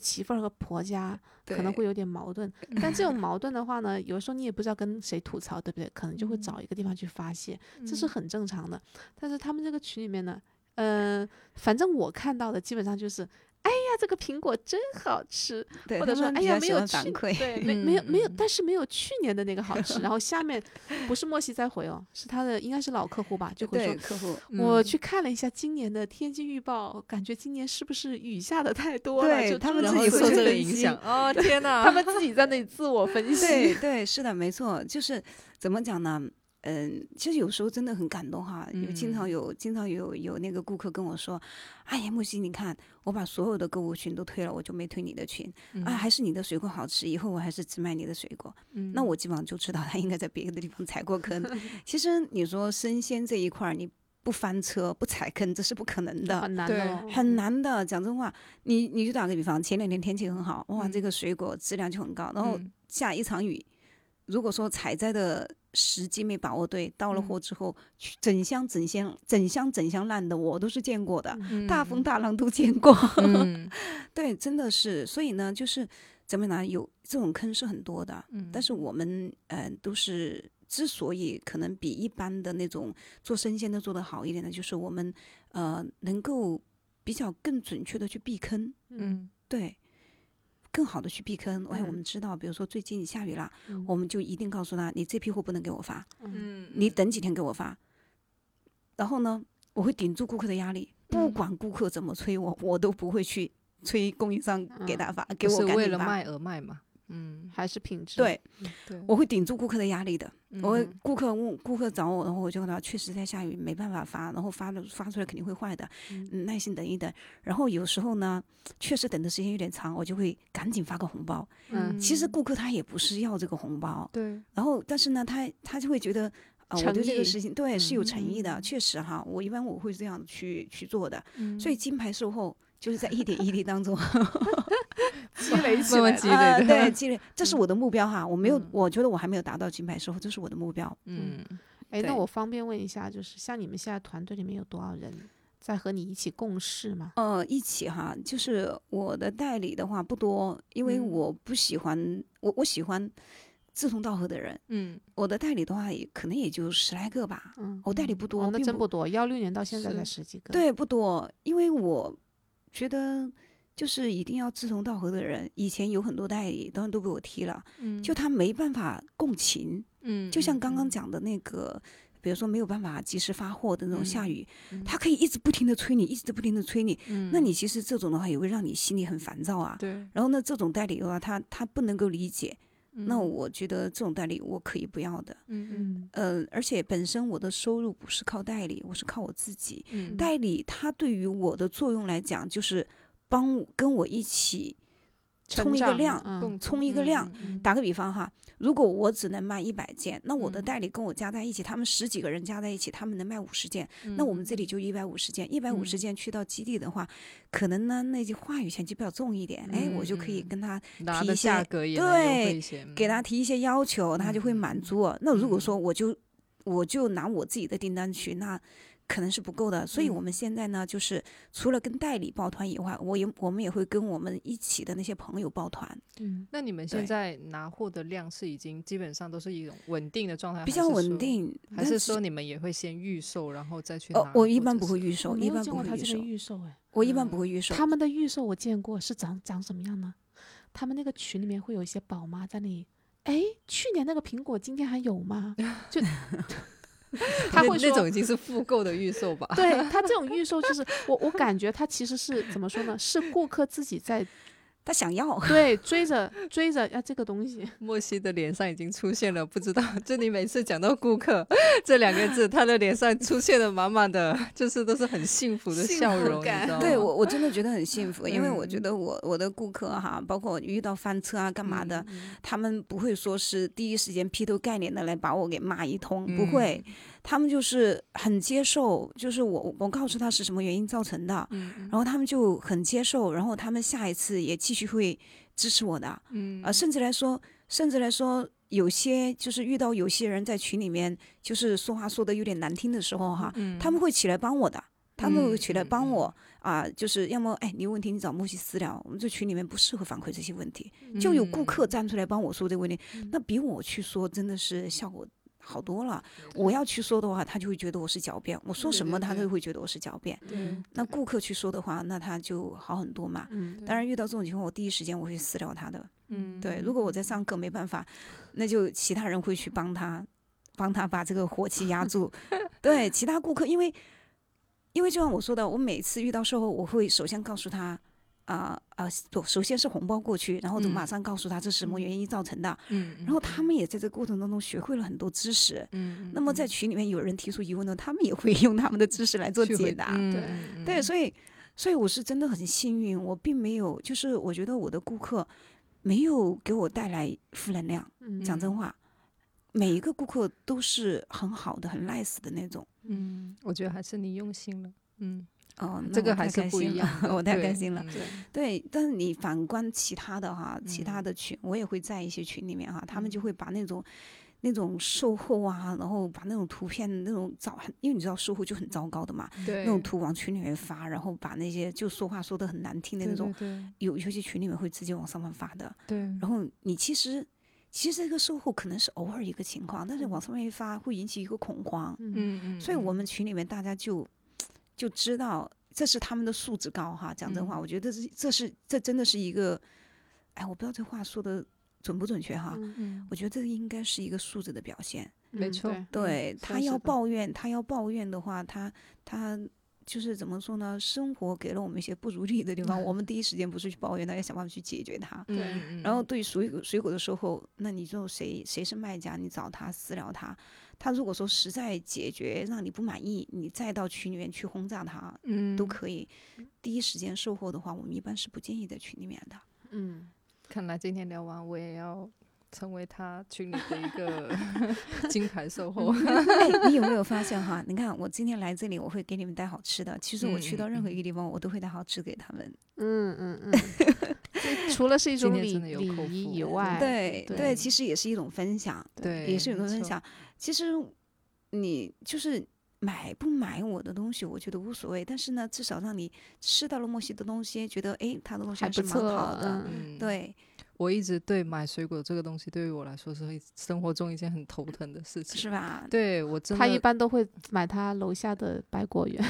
Speaker 2: 媳妇儿和婆家
Speaker 1: 对
Speaker 2: 可能会有点矛盾。但这种矛盾的话呢，有时候你也不知道跟谁吐槽，对不对？可能就会找一个地方去发泄，这是
Speaker 4: 嗯
Speaker 2: 很正常的。但是他们这个群里面呢，嗯、反正我看到的基本上就是，哎呀，这个苹果真好吃，
Speaker 3: 对，
Speaker 2: 或者
Speaker 3: 他
Speaker 2: 说
Speaker 3: 们
Speaker 2: 哎
Speaker 3: 比
Speaker 2: 呀
Speaker 3: 较
Speaker 2: 没
Speaker 3: 喜
Speaker 2: 有
Speaker 3: 欢
Speaker 2: 去
Speaker 3: 反馈，
Speaker 2: 对，没没有没有
Speaker 1: 嗯，
Speaker 2: 但是没有去年的那个好吃。然后下面不是莫西在回哦，是他的应该是老客户吧，就会说。
Speaker 3: 对客户，
Speaker 2: 我
Speaker 1: 嗯
Speaker 2: 去看了一下今年的天气预报，感觉今年是不是雨下的太多了？
Speaker 3: 对
Speaker 2: 就
Speaker 3: 他
Speaker 2: 注
Speaker 3: 们
Speaker 2: 意
Speaker 1: 然
Speaker 3: 自
Speaker 1: 后嗯受这
Speaker 2: 到这
Speaker 3: 己会
Speaker 2: 个
Speaker 1: 个
Speaker 3: 分
Speaker 1: 影
Speaker 3: 析
Speaker 1: 响，哦天哪，
Speaker 2: 他们自己在那里自我分 析。
Speaker 3: 对对，是的，没错，就是怎么讲呢？嗯，其实有时候真的很感动哈，有经常
Speaker 1: 嗯
Speaker 3: 有经常有有那个顾客跟我说，哎呀，木西，你看我把所有的购物群都推了，我就没推你的群，
Speaker 1: 嗯
Speaker 3: 啊，还是你的水果好吃，以后我还是只买你的水果。
Speaker 2: 嗯
Speaker 3: 那我基本上就知道他应该在别的地方踩 过坑。其实你说生鲜这一块儿，你不翻车不踩坑，这是不可能的。
Speaker 2: 很难
Speaker 1: 对
Speaker 2: 的哦，
Speaker 1: 嗯
Speaker 3: 很难的，讲真话，你你就打个比方，前两天天气很好，哇，这
Speaker 1: 嗯
Speaker 3: 个水果质量就很高，然后
Speaker 1: 嗯
Speaker 3: 下一场雨，如果说采摘的时机没把握对，到了
Speaker 1: 嗯
Speaker 3: 货之后，去整箱整箱整箱整箱烂的，我都是见过的，
Speaker 2: 嗯
Speaker 3: 大风大浪都见过。
Speaker 1: 嗯
Speaker 3: 对，真的是，所以呢，就是咱们呢有这种坑是很多的，
Speaker 1: 嗯，
Speaker 3: 但是我们呃都是。之所以可能比一般的那种做生鲜的做得好一点的，就是我们呃能够比较更准确的去避坑，
Speaker 1: 嗯
Speaker 3: 对，更好的去避坑。哎，我
Speaker 2: 嗯
Speaker 3: 们知道，比如说最近下雨啦，
Speaker 2: 嗯
Speaker 3: 我们就一定告诉他，你这批货不能给我发，
Speaker 1: 嗯，
Speaker 3: 你等几天给我发。然后呢，我会顶住顾客的压力，不
Speaker 1: 嗯
Speaker 3: 管顾客怎么催我，我都不会去催供应商给
Speaker 2: 嗯
Speaker 3: 他发，给
Speaker 1: 不
Speaker 3: 我
Speaker 1: 是
Speaker 3: 赶
Speaker 1: 为
Speaker 3: 紧
Speaker 1: 了
Speaker 3: 发。
Speaker 1: 卖而卖嘛， 嗯，
Speaker 2: 还是品质。
Speaker 3: 对，
Speaker 1: 对，
Speaker 3: 我会顶住顾客的压力的。我会
Speaker 1: 嗯
Speaker 3: 顾客问顾客找我，然后我就跟他确实在下雨，没办法发，然后发了发出来肯定会坏的，嗯耐心等一等。然后有时候呢，确实等的时间有点长，我就会赶紧发个红包。
Speaker 2: 嗯
Speaker 3: 其实顾客他也不是要这个红包，
Speaker 1: 对，
Speaker 3: 然后，但是呢，他他就会觉得啊、我
Speaker 2: 诚
Speaker 3: 对这个
Speaker 2: 意
Speaker 3: 事情对是有诚意的，
Speaker 1: 嗯
Speaker 3: 确实哈，我一般我会这样去去做的。所
Speaker 1: 以
Speaker 3: 以金牌售后就是在一点一滴当中
Speaker 2: 积累起
Speaker 1: 慢慢
Speaker 2: 来 了
Speaker 1: 积累
Speaker 3: 啊，
Speaker 1: 的
Speaker 3: 对， 积累，这是我的目标哈。我没有
Speaker 1: 嗯，
Speaker 3: 我觉得我还没有达到金牌售后，这是我的目标。
Speaker 1: 嗯
Speaker 2: 哎，那
Speaker 3: 对
Speaker 2: 我方便问一下，就是像你们现在团队里面有多少人在和你一起共事吗？
Speaker 3: 呃，一起哈，就是我的代理的话不多，因为
Speaker 1: 嗯
Speaker 3: 我不喜欢我我喜欢志同道合的人。
Speaker 1: 嗯，
Speaker 3: 我的代理的话也可能也就十来个吧，
Speaker 2: 嗯，
Speaker 3: 我代理不多，
Speaker 2: 哦，那
Speaker 3: 并
Speaker 2: 真不多，幺六年到现在
Speaker 1: 是
Speaker 2: 才十几个。，
Speaker 3: 对，不多，因为我觉得就是一定要志同道合的人。以前有很多代理，当然都被我踢了，
Speaker 1: 嗯
Speaker 3: 就他没办法共情，
Speaker 1: 嗯，
Speaker 3: 就像
Speaker 1: 嗯
Speaker 3: 刚刚
Speaker 1: 嗯
Speaker 3: 讲的那个。比如说没有办法及时发货的那种下
Speaker 1: 嗯
Speaker 3: 雨，他可以一直不停的催你，一直不停的催你，
Speaker 1: 嗯
Speaker 3: 那你其实这种的话也会让你心里很烦躁啊。
Speaker 1: 对，
Speaker 3: 然后呢，这种代理的话，他他不能够理解，那
Speaker 1: 嗯
Speaker 3: 我觉得这种代理我可以不要的。
Speaker 1: 嗯
Speaker 2: 嗯，
Speaker 3: 呃，而且本身我的收入不是靠代理，我是靠我自己。
Speaker 1: 嗯
Speaker 3: 代理他对于我的作用来讲，就是帮我跟我一起
Speaker 2: 成
Speaker 3: 冲一个
Speaker 2: 长
Speaker 3: 量。
Speaker 2: 嗯，
Speaker 3: 冲一个量，
Speaker 1: 嗯
Speaker 3: 打个比方哈，如果我只能卖一百件，那我的
Speaker 1: 嗯
Speaker 3: 代理跟我加在一起，他们十几个人加在一起，他们能卖五十件，
Speaker 1: 嗯
Speaker 3: 那我们这里就一百五十件，一百五十
Speaker 1: 嗯
Speaker 3: 件去到基地的话，可能呢那些话语权就比较重一点，哎，我就可以
Speaker 1: 嗯嗯
Speaker 3: 跟他
Speaker 1: 拿
Speaker 3: 提
Speaker 1: 的
Speaker 3: 一
Speaker 1: 价
Speaker 3: 些
Speaker 1: 格也能优惠
Speaker 3: 对
Speaker 1: 一些
Speaker 3: 给他
Speaker 1: 嗯
Speaker 3: 提一些要求，他就会满足我。那如果说我就我就拿我自己的订单去，那可能是不够的。所以我
Speaker 1: 嗯
Speaker 3: 们现在呢，就是除了跟代理抱团以外，我也我们也会跟我们一起的那些朋友抱团，
Speaker 2: 嗯，
Speaker 1: 那你们现
Speaker 3: 对
Speaker 1: 在拿货的量是已经基本上都是一种稳定的状态，
Speaker 3: 比
Speaker 1: 啊还
Speaker 3: 较
Speaker 1: 是
Speaker 3: 稳
Speaker 1: 说。
Speaker 3: 定。
Speaker 1: 还
Speaker 3: 但
Speaker 1: 是说你们也会先预售，然后再去拿？
Speaker 3: 哦，我一
Speaker 1: 或
Speaker 3: 般
Speaker 1: 者
Speaker 3: 不 会
Speaker 1: 是，
Speaker 3: 预
Speaker 2: 我
Speaker 3: 售，
Speaker 2: 没
Speaker 3: 一
Speaker 2: 有
Speaker 3: 般
Speaker 2: 见
Speaker 3: 不
Speaker 2: 过
Speaker 3: 会
Speaker 2: 他
Speaker 3: 预
Speaker 2: 这
Speaker 3: 售
Speaker 2: 边，预售哎，
Speaker 3: 我
Speaker 1: 嗯
Speaker 3: 一般不会预售。
Speaker 2: 他们的预售我见过，是长长什么样呢？他们那个群里面会有一些宝妈在那里，哎，去年那个苹果今天还有吗？就 他
Speaker 1: 那
Speaker 2: 会说
Speaker 1: 那种已经是复购的预售吧？
Speaker 2: 对他这种预售，就是我我感觉他其实是怎么说呢？是顾客自己 在
Speaker 3: 他想要，
Speaker 2: 对追着追着啊这个东西，
Speaker 1: 莫西的脸上已经出现了不知道，就你每次讲到顾客这两个字，他的脸上出现了满满的，就是都是很幸福的
Speaker 2: 幸
Speaker 1: 笑
Speaker 2: 福
Speaker 1: 容，你
Speaker 2: 感
Speaker 1: 知道
Speaker 3: 对
Speaker 1: 吗
Speaker 3: 我我真的觉得很幸福，因为我觉
Speaker 1: 哦嗯
Speaker 3: 得我我的顾客哈，包括我遇到翻车啊干嘛
Speaker 1: 嗯
Speaker 3: 的，他们不会说是第一时间劈头盖脸的来把我给骂一通，不
Speaker 1: 嗯
Speaker 3: 会，他们就是很接受，就是我我告诉他是什么原因造成的，
Speaker 1: 嗯
Speaker 3: 然后他们就很接受，然后他们下一次也继续会支持我的，啊、
Speaker 1: 嗯
Speaker 3: 甚至来说，甚至来说。有些就是遇到有些人在群里面就是说话说的有点难听的时候哈，
Speaker 1: 嗯
Speaker 3: 他们会起来帮我的，他们会
Speaker 1: 嗯
Speaker 3: 取来
Speaker 1: 嗯
Speaker 3: 帮
Speaker 1: 嗯
Speaker 3: 我啊、就是要么哎，你有问题你找莫西私聊，我们这群里面不适合反馈这些问题，就有
Speaker 1: 嗯
Speaker 3: 顾客站出来帮我说这个问题，那比我去说真的是效果好多了。我要去说的话，他就会觉得我是狡辩，我说
Speaker 1: 对
Speaker 3: 什
Speaker 1: 对
Speaker 3: 么他
Speaker 1: 对
Speaker 3: 都会觉得我是狡辩。
Speaker 1: 对
Speaker 3: 那顾客去说的话，那他就好很多嘛。
Speaker 2: 嗯
Speaker 3: 当然，遇到这种情况，我第一时间我会私聊他的。
Speaker 2: 嗯
Speaker 3: 对，如果我在上课没办法，那就其他人会去帮他，帮他把这个火气压 住。对，其他顾客，因为因为就像我说的，我每次遇到售后，我会首先告诉他。啊啊、首首先是红包过去，然后就马
Speaker 1: 嗯
Speaker 3: 上告诉他这是什么原因造成的，
Speaker 1: 嗯，
Speaker 3: 然后他们也在这过程当中学会了很多知识。
Speaker 1: 嗯，
Speaker 3: 那么在群里面有人提出疑问呢，他们也会用他们的知识来做
Speaker 1: 去
Speaker 3: 解
Speaker 1: 回
Speaker 3: 答。
Speaker 1: 嗯
Speaker 2: 对
Speaker 1: 嗯
Speaker 3: 对，
Speaker 1: 嗯
Speaker 3: 所以所以我是真的很幸运，我并没有，就是我觉得我的顾客没有给我带来负能量。
Speaker 2: 嗯
Speaker 3: 讲真
Speaker 1: 嗯
Speaker 3: 话，每一个顾客都是很好的、很 nice 的那种。
Speaker 2: 嗯
Speaker 1: 我觉得还是你用心了，嗯，
Speaker 3: 哦，那
Speaker 1: 这
Speaker 3: 我
Speaker 1: 个还
Speaker 3: 太
Speaker 1: 是
Speaker 3: 开
Speaker 1: 不
Speaker 3: 心
Speaker 1: 一
Speaker 3: 了，
Speaker 1: 样的
Speaker 3: 我太开
Speaker 1: 对
Speaker 3: 心了。
Speaker 1: 嗯
Speaker 2: 对
Speaker 3: 对，但是你反观其他的哈，其他
Speaker 1: 嗯
Speaker 3: 的群，我也会在一些群里面哈，他们就
Speaker 1: 嗯
Speaker 3: 会把那种。那种售后啊，然后把那种图片、那种照，因为你知道售后就很糟糕的嘛，
Speaker 1: 对
Speaker 3: 嗯那种图往群里面发，然后把那些就说话说的很难听的那
Speaker 1: 对
Speaker 3: 种，
Speaker 1: 对
Speaker 3: 有有些群里面会直接往上面发的。
Speaker 1: 对，
Speaker 3: 然后你其实其实这个售后可能是偶尔一个情况，但是往上面一发会引起一个恐慌，
Speaker 2: 嗯
Speaker 1: 嗯嗯，
Speaker 3: 所以
Speaker 1: 嗯
Speaker 3: 我们群里面大家就就知道这是他们的素质高哈。讲真话，
Speaker 1: 嗯
Speaker 3: 我觉得这这是这真的是一个，哎，我不知道这话说的准不准确哈。
Speaker 1: 嗯
Speaker 3: 我觉得这应该是一个素质的表现。
Speaker 1: 没错，
Speaker 2: 嗯对
Speaker 3: 对
Speaker 2: 算
Speaker 3: 他
Speaker 2: 是
Speaker 3: 要
Speaker 2: 吧
Speaker 3: 抱怨，他要抱怨的话，他他就是怎么说呢？生活给了我们一些不如意的地方，我们第一时间不是去抱怨，那要想办法去解决它。
Speaker 1: 嗯
Speaker 2: 对
Speaker 1: 嗯
Speaker 3: 然后
Speaker 1: 嗯
Speaker 3: 对于水果水果的售后，那你就谁谁是卖家，你找他私聊他，他如果说实在解决让你不满意，你再到群里面去轰炸他
Speaker 1: 嗯
Speaker 3: 都可以。第一时间售后的话，我们一般是不建议在群里面的。
Speaker 2: 嗯，
Speaker 1: 看来今天聊完，我也要成为他群里的一 个金牌售后。
Speaker 3: 哎，你有没有发现哈？你看我今天来这里，我会给你们带好吃的。其实我
Speaker 1: 嗯
Speaker 3: 去到任何一个地方，我都会带好吃给他们。
Speaker 2: 嗯嗯嗯， 这除了是一
Speaker 1: 今
Speaker 2: 种
Speaker 1: 天
Speaker 2: 礼
Speaker 1: 真的有
Speaker 2: 礼
Speaker 1: 口福
Speaker 2: 仪以
Speaker 1: 了
Speaker 2: 外，
Speaker 3: 对
Speaker 2: 对
Speaker 3: 对，其实也是一种分享，
Speaker 1: 对，
Speaker 3: 也是一种
Speaker 1: 没
Speaker 3: 分
Speaker 1: 错。
Speaker 3: 享。其实你就是买不买我的东西，我觉得无所谓。但是呢，至少让你吃到了莫西的东西，觉得诶，他的东西
Speaker 2: 还
Speaker 3: 是
Speaker 2: 不
Speaker 3: 蛮
Speaker 2: 错，
Speaker 3: 好的。
Speaker 2: 嗯，
Speaker 1: 嗯，
Speaker 3: 对，
Speaker 1: 我一直对买水果这个东西，对于我来说是一生活中一件很头疼的事情。
Speaker 3: 是吧？
Speaker 1: 对我真的，
Speaker 2: 他一般都会买他楼下的百果园，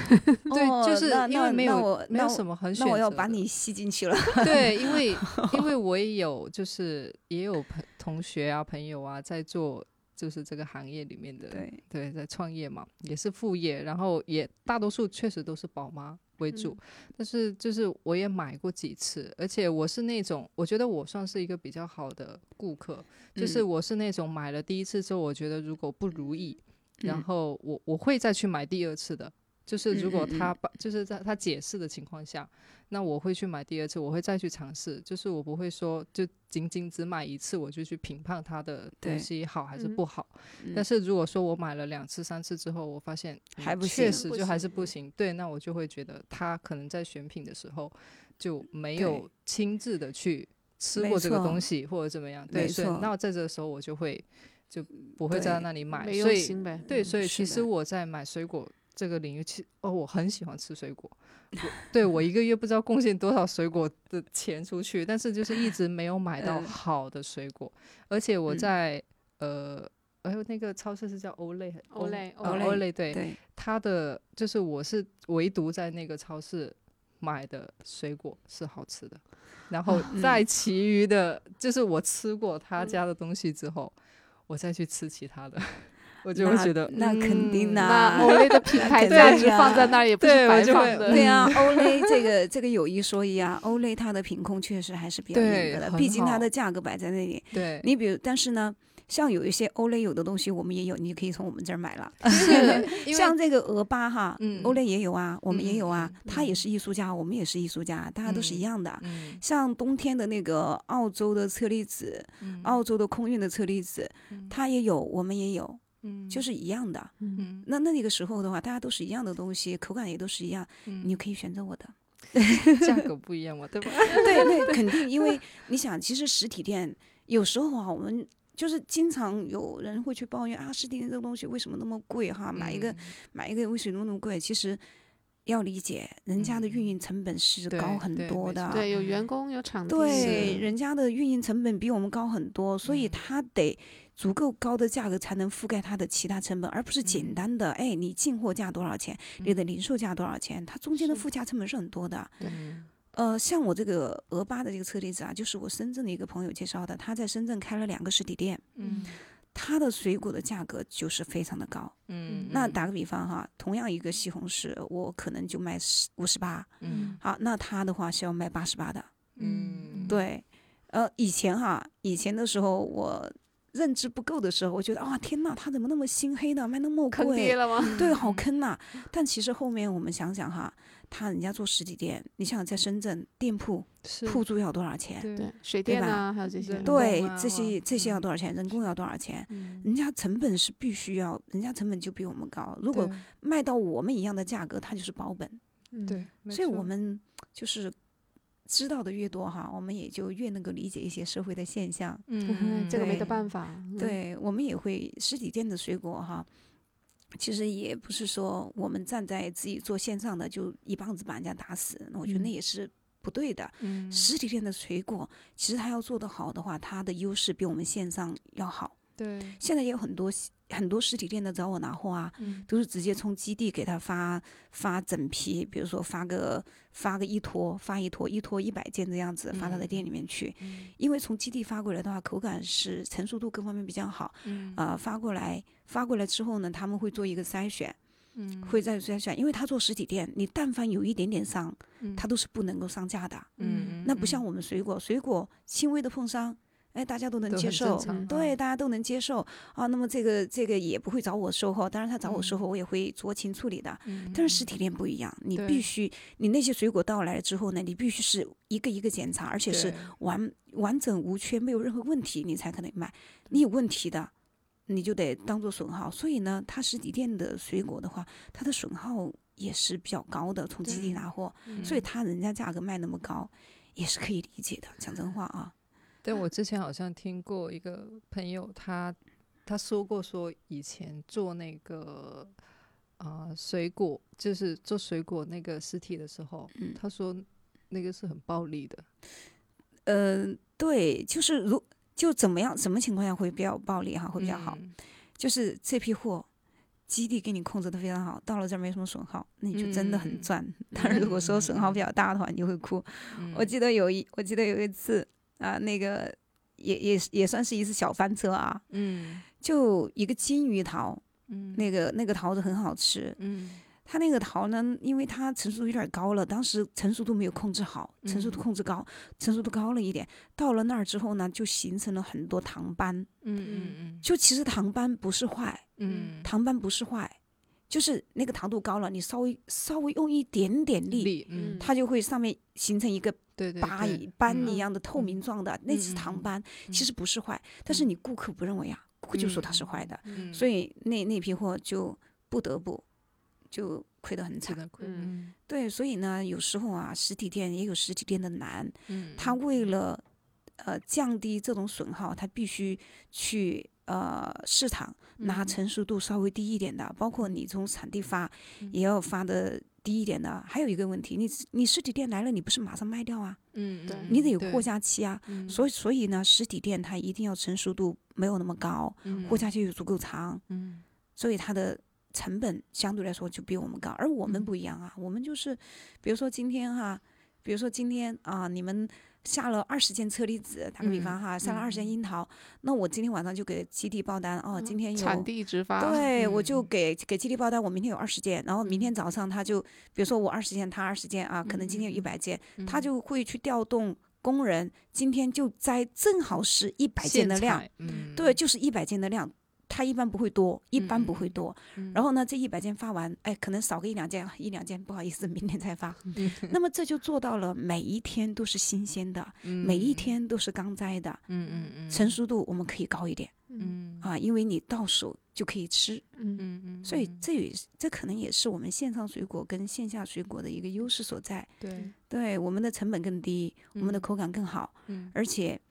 Speaker 1: 对，就
Speaker 3: 哦
Speaker 1: 是
Speaker 3: 那
Speaker 1: 因
Speaker 3: 那
Speaker 1: 为没
Speaker 3: 那
Speaker 1: 有
Speaker 3: 我
Speaker 1: 没
Speaker 3: 那
Speaker 1: 有
Speaker 3: 我
Speaker 1: 什么很选
Speaker 3: 那我要
Speaker 1: 择
Speaker 3: 把
Speaker 1: 的
Speaker 3: 你吸进去了。
Speaker 1: 对，因为因为我也有，就是也有朋同学啊、朋友啊，在做就是这个行业里面的，
Speaker 3: 对，
Speaker 1: 对，在创业嘛，也是副业，然后也大多数确实都是宝妈为主，
Speaker 3: 嗯
Speaker 1: 但是就是我也买过几次，而且我是那种，我觉得我算是一个比较好的顾客，就是
Speaker 3: 嗯
Speaker 1: 我是那种买了第一次之后，我觉得如果不如意，然
Speaker 3: 嗯
Speaker 1: 后我我会再去买第二次的。就是如果
Speaker 3: 嗯嗯嗯
Speaker 1: 他把、就是在他解释的情况下，那我会去买第二次，我会再去尝试。就是我不会说就仅仅只买一次，我就去评判它的东
Speaker 3: 对
Speaker 1: 西好还是
Speaker 2: 嗯
Speaker 1: 不好。
Speaker 3: 嗯
Speaker 1: 但是如果说我买了两次、三次之后，我发现、嗯
Speaker 3: 还不
Speaker 1: 确
Speaker 3: 行嗯
Speaker 1: 实
Speaker 2: 不
Speaker 1: 就还是
Speaker 2: 行
Speaker 1: 不行，对，那我就会觉得他可能在选品的时候就没
Speaker 3: 对
Speaker 1: 有亲自的去吃
Speaker 3: 没
Speaker 1: 过这个
Speaker 3: 错
Speaker 1: 东西或者怎么样，对，
Speaker 3: 没
Speaker 1: 所以
Speaker 3: 错
Speaker 1: 那在这个时候我就会就不会在
Speaker 3: 对
Speaker 1: 那里买，
Speaker 2: 没
Speaker 1: 所
Speaker 2: 用
Speaker 1: 以
Speaker 2: 心呗，
Speaker 1: 对，
Speaker 3: 嗯
Speaker 1: 所以
Speaker 3: 是
Speaker 1: 其实
Speaker 3: 的
Speaker 1: 我在买水果这个领域，其哦，我很喜欢吃水果，我对我一个月不知道贡献多少水果的钱出去，但是就是一直没有买到
Speaker 3: 嗯
Speaker 1: 好的水果，而且我
Speaker 3: 嗯
Speaker 1: 在、呃。哎呦，那个超市是叫欧莱，欧
Speaker 2: Olay，
Speaker 1: 哦
Speaker 3: Olay，
Speaker 1: 欧莱，对，
Speaker 3: 对，
Speaker 1: 它的就是我是唯独在那个超市买的水果是好吃的，然后
Speaker 3: 嗯
Speaker 1: 在其余的，就是我吃过他家的东西之后，我再去吃其他的，我就会
Speaker 3: 那
Speaker 1: 觉得
Speaker 3: 那肯定
Speaker 1: 嗯
Speaker 3: 的
Speaker 2: 那
Speaker 3: 啊
Speaker 2: 欧莱的 品牌
Speaker 3: 肯
Speaker 2: 价
Speaker 3: 定
Speaker 2: 值
Speaker 3: 啊
Speaker 2: 放在那儿也不
Speaker 1: 对
Speaker 2: 是
Speaker 1: 我
Speaker 2: 白
Speaker 1: 就
Speaker 2: 放
Speaker 1: 会
Speaker 2: 的，
Speaker 3: 对 啊，欧莱这个这个有一说一啊，欧莱它的品控确实还是比较严
Speaker 1: 对
Speaker 3: 格的，
Speaker 1: 很
Speaker 3: 毕竟它
Speaker 1: 好
Speaker 3: 的价格摆在那里。
Speaker 1: 对，
Speaker 3: 你比如，但是呢，像有一些欧莱有的东西我们也有，你可以从我们这儿买了。
Speaker 1: 是 因
Speaker 3: 像
Speaker 1: 为
Speaker 3: 这个鹅巴哈，
Speaker 1: 嗯
Speaker 3: 欧莱也有啊，我们也有啊
Speaker 1: 嗯嗯，
Speaker 3: 它也是艺术家，我们也是艺术家，大家都是一
Speaker 1: 嗯
Speaker 3: 样的。
Speaker 1: 嗯
Speaker 3: 像冬天的那个澳洲的车厘子，
Speaker 1: 嗯
Speaker 3: 澳洲的空运的车厘子，
Speaker 1: 嗯
Speaker 3: 它也有，我们也有，
Speaker 1: 嗯
Speaker 3: 就是一样的。
Speaker 2: 嗯，
Speaker 1: 嗯
Speaker 3: 那那个时候的话，大家都是一样的东西，口感也都是一样，你
Speaker 1: 嗯
Speaker 3: 可以选择我的。
Speaker 1: 价 格不一样嘛，对 吧？
Speaker 3: 对，那肯定，因为你想，其实实体店有时候啊，我们就是经常有人会去抱怨啊，实体店这个东西为什么那么贵哈？买一个、
Speaker 1: 嗯
Speaker 3: 买一个为什么那么贵？其实要理解人家的运营成本是
Speaker 1: 嗯对
Speaker 3: 高很
Speaker 1: 对
Speaker 3: 多
Speaker 1: 没
Speaker 3: 的，
Speaker 1: 错
Speaker 2: 对，有
Speaker 1: 嗯
Speaker 2: 员工，有场地，
Speaker 3: 对，
Speaker 1: 是
Speaker 3: 人家的运营成本比我们高很多，所以
Speaker 1: 嗯
Speaker 3: 它得足够高的价格才能覆盖它的其他成本，而不是简
Speaker 1: 嗯
Speaker 3: 单的，哎，你进货价多少钱，你的零售价多少钱，它中间的
Speaker 2: 是
Speaker 3: 附加成本是很多的。
Speaker 2: 对
Speaker 1: 嗯
Speaker 3: 呃，像我这个俄巴的这个车厘子啊，就是我深圳的一个朋友介绍的，他在深圳开了两个实体店，
Speaker 1: 嗯
Speaker 3: 他的水果的价格就是非常的高。
Speaker 1: 嗯，
Speaker 3: 那
Speaker 1: 嗯
Speaker 3: 打个比方哈，同样一个西红柿，我可能就卖十五十八，
Speaker 1: 嗯
Speaker 3: 好，那他的话是要卖八十八的。
Speaker 1: 嗯，
Speaker 3: 对，呃，以前哈，以前的时候我认知不够的时候，我觉得啊、天呐，他怎么那么心黑呢？卖那么
Speaker 2: 坑爹
Speaker 3: 贵，
Speaker 2: 了吗？
Speaker 3: 对，好
Speaker 1: 嗯
Speaker 3: 坑呐、但其实后面我们想想哈，他人家做实体店，你想想在深圳店铺
Speaker 1: 嗯是
Speaker 3: 铺租要多少钱？
Speaker 1: 对
Speaker 2: 对，水
Speaker 3: 对
Speaker 2: 电
Speaker 3: 吧
Speaker 2: 啊，还有这些，
Speaker 1: 人
Speaker 3: 对
Speaker 1: 工啊，
Speaker 3: 这些
Speaker 1: 哇
Speaker 3: 这些要
Speaker 1: 嗯
Speaker 3: 多少钱？人工要多少钱？
Speaker 2: 嗯
Speaker 3: 人家成本是必须要，人家成本就比我们高。如果
Speaker 1: 对
Speaker 3: 卖到我们一样的价格，它就是保本。
Speaker 2: 嗯
Speaker 1: 对，没
Speaker 3: 所以
Speaker 1: 错
Speaker 3: 我们就是知道的越多哈，我们也就越能够理解一些社会的现象。
Speaker 1: 嗯，
Speaker 2: 这个没
Speaker 3: 对
Speaker 2: 得办
Speaker 1: 法，
Speaker 2: 法，
Speaker 3: 啊
Speaker 2: 嗯，
Speaker 3: 对我们也会实体店的水果哈，其实也不是说我们站在自己做线上的就一棒子把人家打死，那我觉得那
Speaker 1: 嗯
Speaker 3: 也是不对的。
Speaker 1: 嗯
Speaker 3: 实体店的水果其实它要做得好的话，它的优势比我们线上要好。
Speaker 1: 对，
Speaker 3: 现在也有很多很多实体店的找我拿货啊，
Speaker 1: 嗯
Speaker 3: 都是直接从基地给他发发整批，比如说发个发个一坨，发一坨，一坨一百件这样子发到他
Speaker 1: 嗯
Speaker 3: 店里面去。
Speaker 1: 嗯
Speaker 3: 因为从基地发过来的话，口感是成熟度各方面比较好，
Speaker 1: 嗯
Speaker 3: 啊，发过来发过来之后呢，他们会做一个筛选，
Speaker 1: 嗯
Speaker 3: 会再筛选，因为他做实体店，你但凡有一点点伤，他都是不能够上架的。
Speaker 1: 嗯，
Speaker 3: 那不像我们水果，水果轻微的碰伤，哎，大家都能
Speaker 1: 都
Speaker 3: 接
Speaker 1: 很正
Speaker 3: 受，
Speaker 1: 常
Speaker 3: 对，，大家都能接受啊。那么这个这个也不会找我售后，当然他找我售
Speaker 1: 嗯
Speaker 3: 后，我也会酌情处理的。
Speaker 1: 嗯
Speaker 3: 但是实体店不一样，你必
Speaker 1: 对
Speaker 3: 须，你那些水果到来了之后呢，你必须是一个一个检查，而且是
Speaker 1: 对
Speaker 3: 完完整无缺，没有任何问题，你才可能卖。你有问题的，你就得当做损耗。所以呢，它实体店的水果的话，它的损耗也是比较高的，从基地
Speaker 1: 对
Speaker 3: 拿货，
Speaker 1: 嗯
Speaker 3: 所以它人家价格卖那么高，也是可以理解的。讲真话啊，
Speaker 1: 但我之前好像听过一个朋友，他他说过说以前做那个啊、呃水果，就是做水果那个实体的时候，
Speaker 3: 嗯
Speaker 1: 他说那个是很暴力的，
Speaker 3: 嗯、对，就是如就怎么样，什么情况下会比较暴力哈，会比较好。
Speaker 1: 嗯
Speaker 3: 就是这批货。基地给你控制的非常好，到了这儿没什么损耗，那你就真的
Speaker 1: 嗯
Speaker 3: 很赚。当然，如果说损耗比较大的话，你就会哭。我
Speaker 1: 嗯
Speaker 3: 记得有一，我记得有一次啊、那个也也也算是一次小翻车啊，
Speaker 1: 嗯
Speaker 3: 就一个金鱼桃，
Speaker 1: 嗯
Speaker 3: 那个那个桃子很好吃，
Speaker 1: 嗯
Speaker 3: 它那个桃呢，因为它成熟度有点高了，当时成熟度没有控制好，成熟度
Speaker 1: 嗯
Speaker 3: 控制高，成熟度高了一点，到了那儿之后呢，就形成了很多糖斑，
Speaker 1: 嗯嗯
Speaker 3: 就其实糖斑不是坏，
Speaker 1: 嗯
Speaker 3: 糖斑不是坏，就是那个糖度高了，你稍微稍微用一点点力。
Speaker 1: 力嗯
Speaker 3: 它就会上面形成一个
Speaker 1: 对对
Speaker 3: 疤
Speaker 1: 对
Speaker 3: 一斑
Speaker 1: 嗯
Speaker 3: 一样的透明状的，那是
Speaker 1: 嗯嗯
Speaker 3: 糖
Speaker 1: 嗯
Speaker 3: 斑，其实不是坏，但是你顾客不认为啊，顾客就说它是坏的，
Speaker 1: 嗯
Speaker 3: 所以那那批货就不得不就亏得很
Speaker 1: 只
Speaker 3: 惨。
Speaker 1: 能亏
Speaker 2: 嗯
Speaker 3: 对，所以呢，有时候啊，实体店也有实体店的难，
Speaker 1: 嗯
Speaker 3: 他为了呃降低这种损耗，他必须去。呃，市场拿
Speaker 1: 嗯
Speaker 3: 成熟度稍微低一点的，包括你从产地发，
Speaker 1: 嗯
Speaker 3: 也要发的低一点的。还有一个问题，你你实体店来了，你不是马上卖掉啊？
Speaker 1: 嗯
Speaker 2: 对
Speaker 3: 你得有货
Speaker 1: 过
Speaker 3: 架期啊。
Speaker 1: 嗯
Speaker 3: 所以，所以呢，实体店它一定要成熟度没有那么高，货架期又足够长，
Speaker 1: 嗯
Speaker 3: 所以它的成本相对来说就比我们高。而我们
Speaker 1: 嗯
Speaker 3: 不一样啊，我们就是，比如说今天哈、比如说今天啊，你们下了二十件车厘子，打个比
Speaker 1: 嗯
Speaker 3: 方哈，下了二十件樱桃，那我今天晚上就给基地报单哦，今天有
Speaker 2: 产地直发，
Speaker 3: 对，我就
Speaker 1: 嗯
Speaker 3: 给给基地报单，我明天有二十件，然后明天
Speaker 1: 嗯
Speaker 3: 早上他就，比如说我二十件，他二十件啊，可能今天有一百件，
Speaker 1: 嗯
Speaker 3: 他就会去调动工人，今天就摘正好是一百件的量，，
Speaker 1: 嗯
Speaker 3: 对，就是一百件的量。他一般不会多，一般不会
Speaker 1: 嗯嗯嗯
Speaker 3: 多。然后呢，这一百件发完，哎，可能少个一两件，一两件不好意思，明天 再发。
Speaker 1: 嗯
Speaker 3: 那么这就做到了每一天都是新鲜的，每一天都是刚摘的，
Speaker 1: 嗯嗯嗯
Speaker 3: 成熟度我们可以高一点
Speaker 2: 嗯
Speaker 1: 嗯
Speaker 3: 啊，因为你到手就可以吃。
Speaker 2: 嗯，
Speaker 1: 嗯嗯，
Speaker 3: 所以
Speaker 1: 嗯
Speaker 3: 这也是这可能也是我们线上水果跟线下水果的一个优势所在。
Speaker 1: 对，
Speaker 3: 对，我们的成本更低，我们的
Speaker 1: 嗯
Speaker 3: 口感更好，
Speaker 1: 嗯
Speaker 3: 而且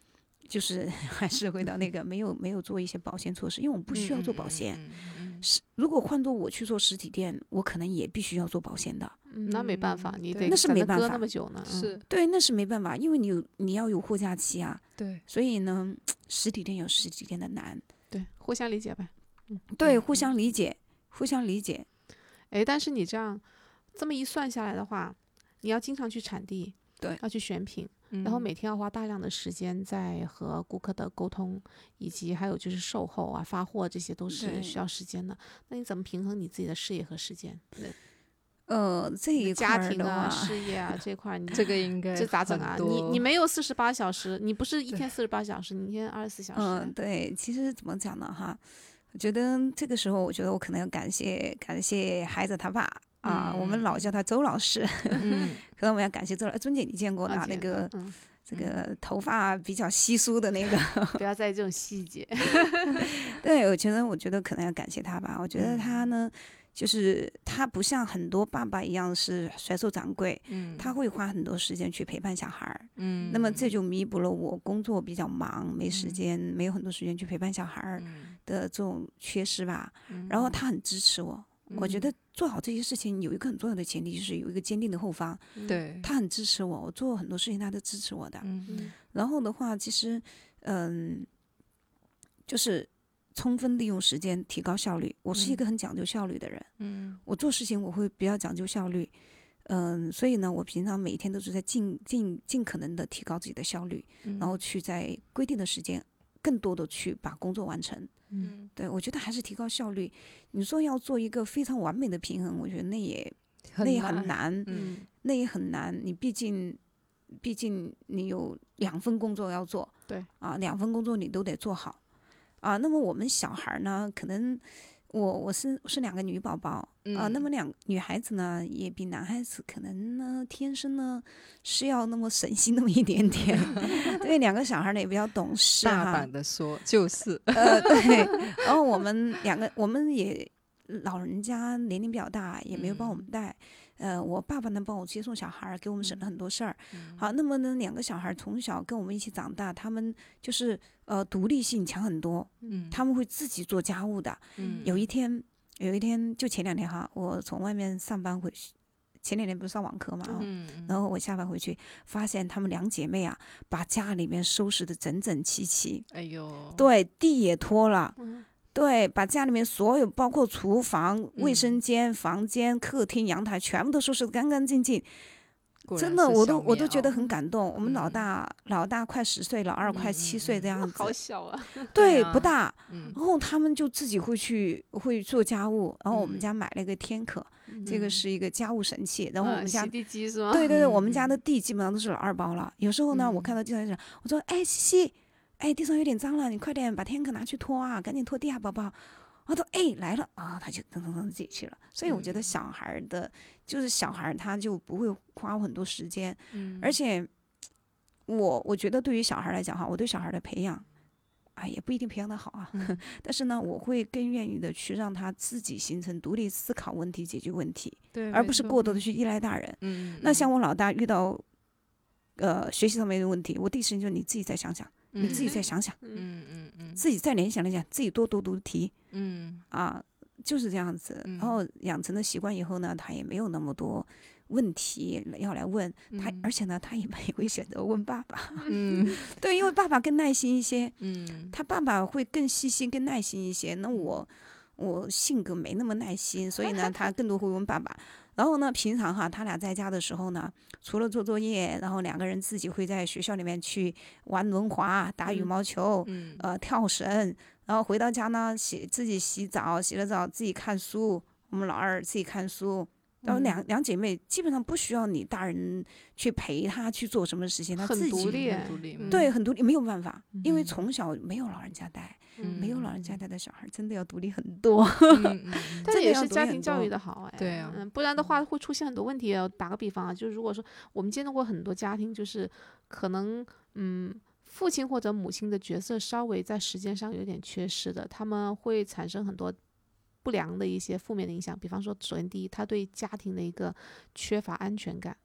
Speaker 3: 就是还是回到那个没有没有做一些保鲜措施，因为我们不需要做保鲜。
Speaker 1: 嗯嗯嗯
Speaker 3: 是如果换做我去做实体店，我可能也必须要做保鲜的。
Speaker 2: 嗯那没办法，
Speaker 1: 嗯
Speaker 2: 你
Speaker 1: 对
Speaker 2: 得
Speaker 1: 那
Speaker 3: 是
Speaker 2: 在
Speaker 3: 没办
Speaker 2: 搁
Speaker 3: 法
Speaker 2: 那么久呢，嗯
Speaker 1: 是
Speaker 3: 对，那是没办法，因为你有你要有货架期啊。
Speaker 1: 对，
Speaker 3: 所以呢，实体店有实体店的难，
Speaker 2: 对，互相理解呗。
Speaker 3: 对，互
Speaker 2: 嗯
Speaker 3: 相理解，互相理解。
Speaker 2: 哎，但是你这样这么一算下来的话，你要经常去产地，
Speaker 3: 对嗯
Speaker 2: 要去选品，
Speaker 1: 嗯然
Speaker 2: 然后每天要花大量的时间在和顾客的沟通，以及还有就是售后啊、发货，这些都是
Speaker 3: 对
Speaker 2: 需要时间的。那你怎么平衡你自己的事业和时间？
Speaker 3: 呃，这
Speaker 2: 你
Speaker 3: 一
Speaker 2: 的
Speaker 3: 块
Speaker 2: 家
Speaker 3: 儿
Speaker 2: 庭
Speaker 3: 的
Speaker 2: 啊、
Speaker 3: 话，
Speaker 2: 事业 啊这块儿，
Speaker 3: 嗯
Speaker 2: 你
Speaker 1: 这个应该
Speaker 2: 这咋整
Speaker 1: 很
Speaker 2: 啊？你
Speaker 1: 多
Speaker 2: 你没有四十八小时，你不是一
Speaker 1: 对
Speaker 2: 天四十八小时，你一天二十四小时。
Speaker 3: 嗯，对，其实怎么讲呢哈，我觉得这个时候，我觉得我可能要感谢感谢孩子他爸啊，我
Speaker 2: 嗯
Speaker 3: 们老叫他周老师，
Speaker 1: 嗯
Speaker 3: 可能我们要感谢周老师。哎尊姐，你见过
Speaker 2: 而
Speaker 3: 拿
Speaker 2: 且
Speaker 3: 那个
Speaker 2: 嗯，
Speaker 3: 这个头发比较稀疏的那个？
Speaker 2: 不要在意这种细节。
Speaker 3: 对，我觉得我觉得可能要感谢他吧。我觉得他
Speaker 1: 嗯
Speaker 3: 呢，就是他不像很多爸爸一样是甩手掌柜，
Speaker 1: 嗯，
Speaker 3: 他会花很多时间去陪伴小孩儿。
Speaker 1: 嗯，
Speaker 3: 那么这就弥补了我工作比较忙，没时
Speaker 1: 嗯
Speaker 3: 间，没有很多时间去陪伴小孩儿
Speaker 1: 嗯，
Speaker 3: 的这种缺失吧。
Speaker 1: 嗯
Speaker 3: 然后他很支持我，我觉
Speaker 1: 嗯
Speaker 3: 得做好这些事情有一个很重要的前提，就是有一个坚定的后方。
Speaker 2: 嗯，
Speaker 1: 对
Speaker 3: 他很支持我，我做很多事情他都支持我的。
Speaker 1: 嗯
Speaker 3: 然后的话，其实，嗯，就是充分利用时间，提高效率。我是
Speaker 1: 嗯
Speaker 3: 一个很讲究效率的人，
Speaker 1: 嗯
Speaker 3: 我做事情我会比较讲究效率。嗯，所以呢，我平常每天都是在尽尽尽可能的提高自己的效率，
Speaker 1: 嗯，
Speaker 3: 然后去在规定的时间，更多的去把工作完成。
Speaker 1: 嗯
Speaker 3: 对我觉得还是提高效率。你说要做一个非常完美的平衡，我觉得那也那也很，难，
Speaker 1: 嗯
Speaker 3: 那也很难。你毕竟，毕竟你有两份工作要做，
Speaker 2: 对
Speaker 3: 啊，两份工作你都得做好啊。那么我们小孩儿呢，可能我我是我是两个女宝宝、啊，那
Speaker 1: 嗯
Speaker 3: 么两女孩子呢，也比男孩子可能呢天生呢是要那么省心那么一点 点，对，两个小孩儿呢也比较懂事哈、
Speaker 1: 大胆的说就是，
Speaker 3: 呃，对。然后我们两个，我们也老人家年龄比较大，也没有帮我
Speaker 1: 嗯
Speaker 3: 们带。呃，我爸爸呢帮我接送小孩儿，给我们省了很多事儿。
Speaker 1: 嗯
Speaker 3: 好，那么呢，两个小孩儿从小跟我们一起长大，他们就是呃独立性强很多，
Speaker 1: 嗯，
Speaker 3: 他们会自己做家务的。
Speaker 1: 嗯
Speaker 3: 有一天，有一天就前两天哈，我从外面上班回去，前两天不是上网课嘛，啊
Speaker 1: 嗯
Speaker 3: 然后我下班回去，发现她们两姐妹啊，把家里面收拾的整整齐齐，
Speaker 1: 哎呦，
Speaker 3: 对，地也拖了，
Speaker 2: 嗯
Speaker 3: 对，把家里面所有，包括厨房、卫生
Speaker 1: 嗯
Speaker 3: 间、房间、客厅、阳台，全部都收拾得干干净净。
Speaker 1: 果然
Speaker 3: 真的，
Speaker 1: 是小
Speaker 3: 我都我都
Speaker 1: 棉
Speaker 3: 觉得
Speaker 1: 袄
Speaker 3: 很感动。我们老
Speaker 1: 嗯
Speaker 3: 大老大快十岁，老二快七
Speaker 1: 嗯
Speaker 3: 岁
Speaker 1: 嗯嗯
Speaker 3: 这样子，
Speaker 2: 好小啊。
Speaker 1: 对
Speaker 3: 对，
Speaker 1: 啊
Speaker 3: 不大。
Speaker 1: 嗯
Speaker 3: 然后他们就自己会去会做家务，然后我
Speaker 1: 嗯
Speaker 3: 们家买了一个天可，这
Speaker 1: 嗯
Speaker 3: 个是一个家务神器。然后我
Speaker 2: 啊
Speaker 3: 们家
Speaker 2: 洗地机是吗？
Speaker 3: 对对对，我们家
Speaker 1: 嗯
Speaker 3: 的地基本上都是老二包了。有时候呢，我
Speaker 1: 嗯
Speaker 3: 看到地上一点，我说：“哎，西西，哎，地上有点脏了，你快点把天可拿去拖啊，赶紧拖地啊，宝宝。”我说：“哎，来了啊！”他就噔噔噔自己去了。所以我觉得
Speaker 1: 嗯
Speaker 3: 小孩儿的，就是小孩儿他就不会花很多时间，
Speaker 1: 嗯
Speaker 3: 而且我我觉得对于小孩儿来讲哈，我对小孩儿的培养。啊，也不一定培养的好啊，
Speaker 1: 嗯
Speaker 3: 但是呢，我会更愿意的去让他自己形成独立思考问题、解决问题，
Speaker 1: 对，
Speaker 3: 而
Speaker 1: 没
Speaker 3: 不是
Speaker 1: 错
Speaker 3: 过多的，去依赖大人。
Speaker 1: 嗯，
Speaker 3: 那像
Speaker 1: 我
Speaker 3: 我老大遇到呃学习上面的问题，我第一时间就你自己再想想，你自己再想想，
Speaker 1: 嗯嗯嗯
Speaker 3: 自己再联想了想，自己多读读题
Speaker 1: 嗯
Speaker 3: 啊，就是这样子。
Speaker 1: 嗯
Speaker 3: 然后养成了习惯以后呢，他也没有那么多问题要来问他，
Speaker 1: 嗯
Speaker 3: 而且呢，他也也会选择问爸 爸，
Speaker 1: 嗯
Speaker 3: 对，因为爸爸更耐心一些，
Speaker 1: 嗯，
Speaker 3: 他爸爸会更细心、更耐心一些。那
Speaker 2: 嗯
Speaker 3: 我我性格没那么耐心，所以 呢，他更多会问爸爸。然后呢，平常哈，他俩在家的时候呢，除了做作业，然后两个人自己会在学校里面去玩轮滑、打羽
Speaker 2: 嗯
Speaker 3: 毛球、
Speaker 1: 嗯
Speaker 3: 呃跳绳，然后回到家呢，洗自己洗澡，洗了澡自己看书。我们老二自己看书。然
Speaker 2: 嗯
Speaker 3: 后两两姐妹基本上不需要你大人去陪她去做什么事情，她
Speaker 2: 很
Speaker 3: 自
Speaker 2: 独
Speaker 3: 己
Speaker 2: 立嗯
Speaker 1: 很独立，
Speaker 3: 对，很独立，没有办法，因为
Speaker 1: 嗯
Speaker 3: 从小没有老人家带，
Speaker 1: 嗯
Speaker 3: 没有老人家带的小孩真的要独立很多。
Speaker 1: 嗯，嗯嗯
Speaker 2: 但
Speaker 3: 这
Speaker 2: 是
Speaker 3: 个
Speaker 2: 也
Speaker 3: 要
Speaker 2: 是
Speaker 3: 独
Speaker 2: 家
Speaker 3: 立
Speaker 2: 庭
Speaker 3: 很
Speaker 2: 教育
Speaker 3: 多
Speaker 2: 的好哎，
Speaker 1: 对啊
Speaker 2: 嗯，不然的话会出现很多问题。打个比方啊，就是如果说我们见到过很多家庭，就是可能嗯，父亲或者母亲的角色稍微在时间上有点缺失的，他们会产生很多不良的一些负面的影响。比方说，首先第一，他对家庭的一个缺乏安全感。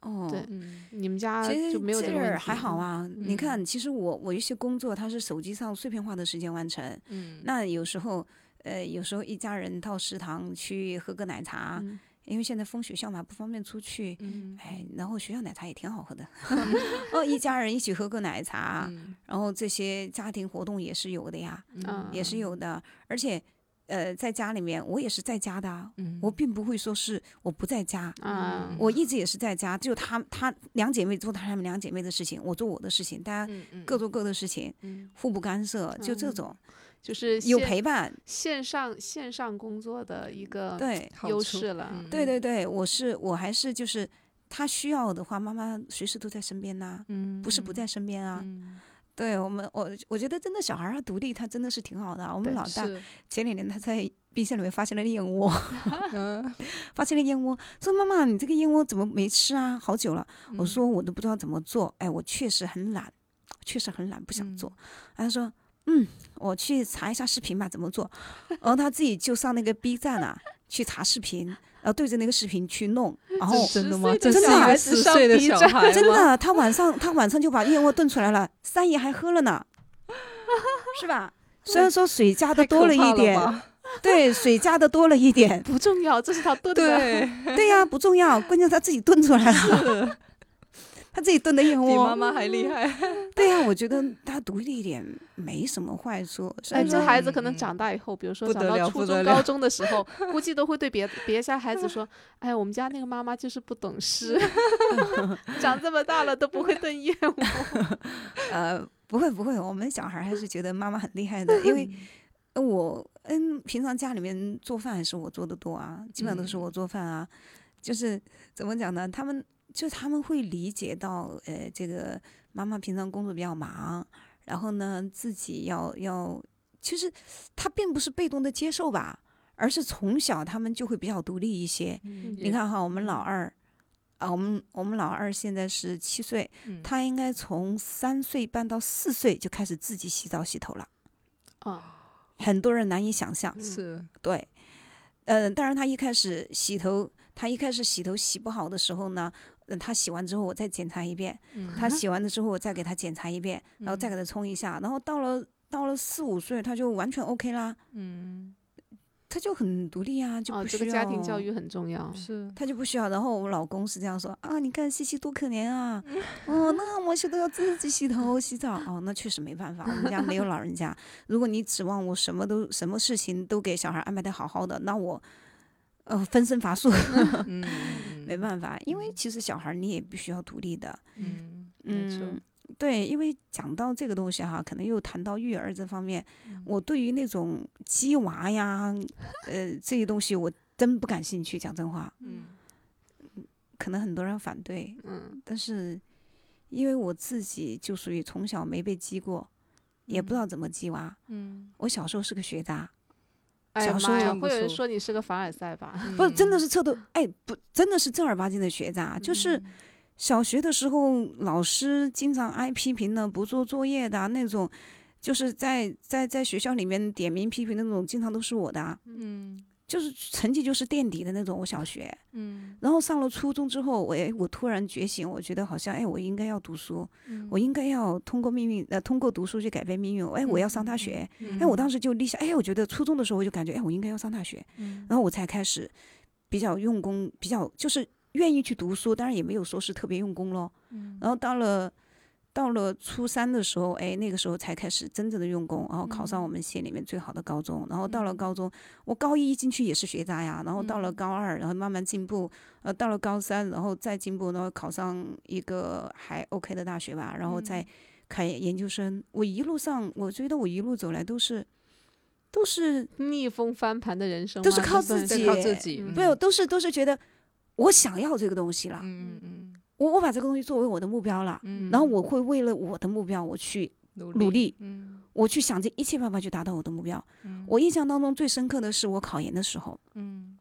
Speaker 3: 哦
Speaker 2: 对
Speaker 1: 嗯
Speaker 2: 你们家
Speaker 3: 其实
Speaker 2: 就没有这
Speaker 3: 这
Speaker 2: 个问
Speaker 3: 儿
Speaker 2: 题？
Speaker 3: 还好啊。你
Speaker 1: 嗯
Speaker 3: 看，其实我我有一些工作，它是手机上碎片化的时间完成，
Speaker 1: 嗯，
Speaker 3: 那有时候呃，有时候一家人到食堂去喝个奶茶，
Speaker 2: 嗯
Speaker 3: 因为现在封学校嘛，不方便出去。
Speaker 2: 嗯
Speaker 3: 哎，然后学校奶茶也挺好 喝的， 哦，一家人一起喝个奶茶，
Speaker 1: 嗯
Speaker 3: 然后这些家庭活动也是有的呀，
Speaker 2: 嗯
Speaker 3: 也是有的。而且，呃，在家里面我也是在家的啊，
Speaker 1: 嗯
Speaker 3: 我并不会说是我不在家，
Speaker 2: 啊
Speaker 1: 嗯，
Speaker 3: 我一直也是在家，就她她两姐妹做她们两姐妹的事情，我做我的事情，大家
Speaker 1: 嗯嗯
Speaker 3: 各做各的事情，
Speaker 2: 嗯
Speaker 3: 互不干涉，就这
Speaker 2: 嗯
Speaker 3: 种
Speaker 2: 就是
Speaker 3: 有
Speaker 2: 线
Speaker 3: 陪伴。
Speaker 2: 线上线上工作的一个
Speaker 3: 对
Speaker 1: 好
Speaker 2: 优
Speaker 1: 处
Speaker 2: 势了。
Speaker 1: 呃嗯
Speaker 3: 对对对，我是我还是就是她需要的话，妈妈随时都在身边呐、
Speaker 1: 嗯
Speaker 3: 不是不在身边啊。
Speaker 1: 嗯
Speaker 3: 对我们，我我觉得真的小孩儿他啊独立，他真的是挺好的啊。我们
Speaker 2: 对
Speaker 3: 老大
Speaker 1: 是
Speaker 3: 前两年他在冰箱里面发现了燕窝，
Speaker 1: 嗯
Speaker 3: 发现了燕窝，说妈妈，你这个燕窝怎么没吃啊？好久了。
Speaker 1: 嗯
Speaker 3: 我说我都不知道怎么做，哎，我确实很懒，确实很懒，不
Speaker 1: 嗯
Speaker 3: 想做。他说，嗯，我去查一下视频吧，怎 么做。然后他自己就上那个 B 站啊，去查视频，然后对着那个视频去 弄，然后
Speaker 1: 这真的吗？这
Speaker 2: 真
Speaker 1: 是一
Speaker 3: 的
Speaker 1: 个
Speaker 3: 孩
Speaker 2: 子
Speaker 1: 十
Speaker 2: 上
Speaker 1: 岁的
Speaker 2: B
Speaker 1: 小
Speaker 2: 站
Speaker 1: 孩
Speaker 3: 真
Speaker 1: 吗，
Speaker 3: 的，他晚上他晚上就把燕窝炖出来了，三爷还喝了 呢，是吧？虽然说水加的
Speaker 1: 太
Speaker 3: 多
Speaker 1: 可
Speaker 3: 了
Speaker 1: 怕
Speaker 3: 一点，
Speaker 1: 吧
Speaker 3: 对，水加的多了一点，
Speaker 2: 不重要，这是他炖的。
Speaker 1: 对，
Speaker 3: 对呀、不重要，关键他自己炖出来了，他自己炖的燕
Speaker 1: 比妈
Speaker 3: 窝，
Speaker 1: 妈还厉害。
Speaker 3: 对呀、我觉得他独立一点没什么坏处。虽
Speaker 2: 哎，
Speaker 3: 然
Speaker 2: 这
Speaker 3: 说，
Speaker 2: 孩子可能
Speaker 1: 嗯
Speaker 2: 长大以后，比如说
Speaker 1: 不
Speaker 2: 长
Speaker 1: 得
Speaker 2: 到
Speaker 1: 了
Speaker 2: 初
Speaker 1: 不
Speaker 2: 中、
Speaker 1: 得
Speaker 2: 高
Speaker 1: 了
Speaker 2: 中的时候，估计都会对别别家孩子说：“哎，我们家那个妈妈就是不懂事， 长这么大了都不会炖燕窝。
Speaker 3: 呃，不会不会，我们小孩还是觉得妈妈很厉害的，因为呃我嗯，平常家里面做饭还是我做的多啊，基本上都是我做饭啊。就是怎么讲呢？他们就他们会理解到，呃，这个妈妈平常工作比较忙，然后呢，自己要要，其实他并不是被动的接受吧，而是从小他们就会比较独立一些。你
Speaker 1: 也，
Speaker 3: 看哈，我们
Speaker 2: 嗯
Speaker 3: 老二。啊，我们我们老二现在是七岁，
Speaker 1: 嗯
Speaker 3: 他应该从三岁半到四岁就开始自己洗澡洗头了，”哦
Speaker 2: 啊，
Speaker 3: 很多人难以想象。
Speaker 1: 是
Speaker 3: 对，呃，当然他一开始洗头，他一开始洗头洗不好的时候呢，呃、他洗完之后我再检查一遍，
Speaker 2: 嗯
Speaker 3: 他洗完了之后我再给他检查一遍，然后再给他冲一下，然后到了到了四五岁他就完全 OK 啦，
Speaker 1: 嗯
Speaker 3: 他就很独立啊，就
Speaker 2: 哦，
Speaker 3: 不需
Speaker 2: 这
Speaker 3: 要、
Speaker 2: 个家庭教。育很重要。
Speaker 1: 是
Speaker 3: 他就不需要，然后我老公是这样说啊，你看西西多可怜啊，
Speaker 1: 嗯
Speaker 3: 哦，那么小都要自己洗头洗澡，哦，那确实没办法，我们家没有老人家。如果你指望我什么都什么事情都给小孩安排的好好的，那我，呃，分身乏术，
Speaker 1: 嗯嗯
Speaker 3: 没办法，因为其实小孩你也必须要独立的，
Speaker 1: 嗯没错
Speaker 3: 嗯，对，因为讲到这个东西哈，可能又谈到育儿这方面，
Speaker 1: 嗯
Speaker 3: 我对于那种鸡娃呀，呃，这些东西我真不感兴趣，讲真话，
Speaker 1: 嗯
Speaker 3: 可能很多人反对，
Speaker 2: 嗯，
Speaker 3: 但是因为我自己就属于从小没被激过，也不知道怎么激娃。
Speaker 1: 嗯，
Speaker 3: 我小时候是个学渣，
Speaker 2: 哎呀
Speaker 3: 小时
Speaker 2: 妈
Speaker 3: 候
Speaker 2: 呀，
Speaker 1: 真不
Speaker 2: 会有人
Speaker 1: 错
Speaker 2: 说你是个凡尔赛吧？
Speaker 1: 嗯
Speaker 3: 不是真的是彻头哎，不真的是正儿八经的学渣，就是小学的时候老师经常挨批评的，不做作业的啊那种。就是在在在学校里面点名批评的那种，经常都是我的啊，
Speaker 1: 嗯
Speaker 3: 就是成绩就是垫底的那种。我小学，
Speaker 1: 嗯
Speaker 3: 然后上了初中之后，我哎，我突然觉醒，我觉得好像哎，我应该要读书，
Speaker 1: 嗯
Speaker 3: 我应该要通过命运，呃，通过读书去改变命运。哎，我要
Speaker 1: 嗯
Speaker 3: 上大学。哎，我当时就立下，哎，我觉得初中的时候我就感觉，哎，我应该要上大学，然后我才开始比较用功，比较就是愿意去读书，当然也没有说是特别用功咯。然后到了到了初三的时候，哎，那个时候才开始真正的用功，然后考上我们县里面最好的高中。然后到了高中，我高一一进去也是学渣呀，然后到了高二，然后慢慢进步，呃，到了高三，然后再进步，然后考上一个还 OK 的大学吧，然后
Speaker 1: 嗯
Speaker 3: 再开研究生。我一路上，我觉得我一路走来都是都是
Speaker 2: 逆风翻盘的人生
Speaker 3: 都是
Speaker 2: 嘛
Speaker 3: 靠
Speaker 2: 真的
Speaker 3: 自
Speaker 1: 在
Speaker 3: 己
Speaker 1: 靠自己，
Speaker 2: 嗯
Speaker 3: 没有，都是都是觉得我想要这个东西了，
Speaker 1: 嗯嗯
Speaker 3: 我我把这个东西作为我的目标了，
Speaker 1: 嗯，
Speaker 3: 然后我会为了我的目标我去
Speaker 1: 努
Speaker 3: 努力，
Speaker 1: 嗯
Speaker 3: 我去想尽一切办法去达到我的目标。
Speaker 1: 嗯
Speaker 3: 我印象当中最深刻的是我考研的时候，
Speaker 1: 嗯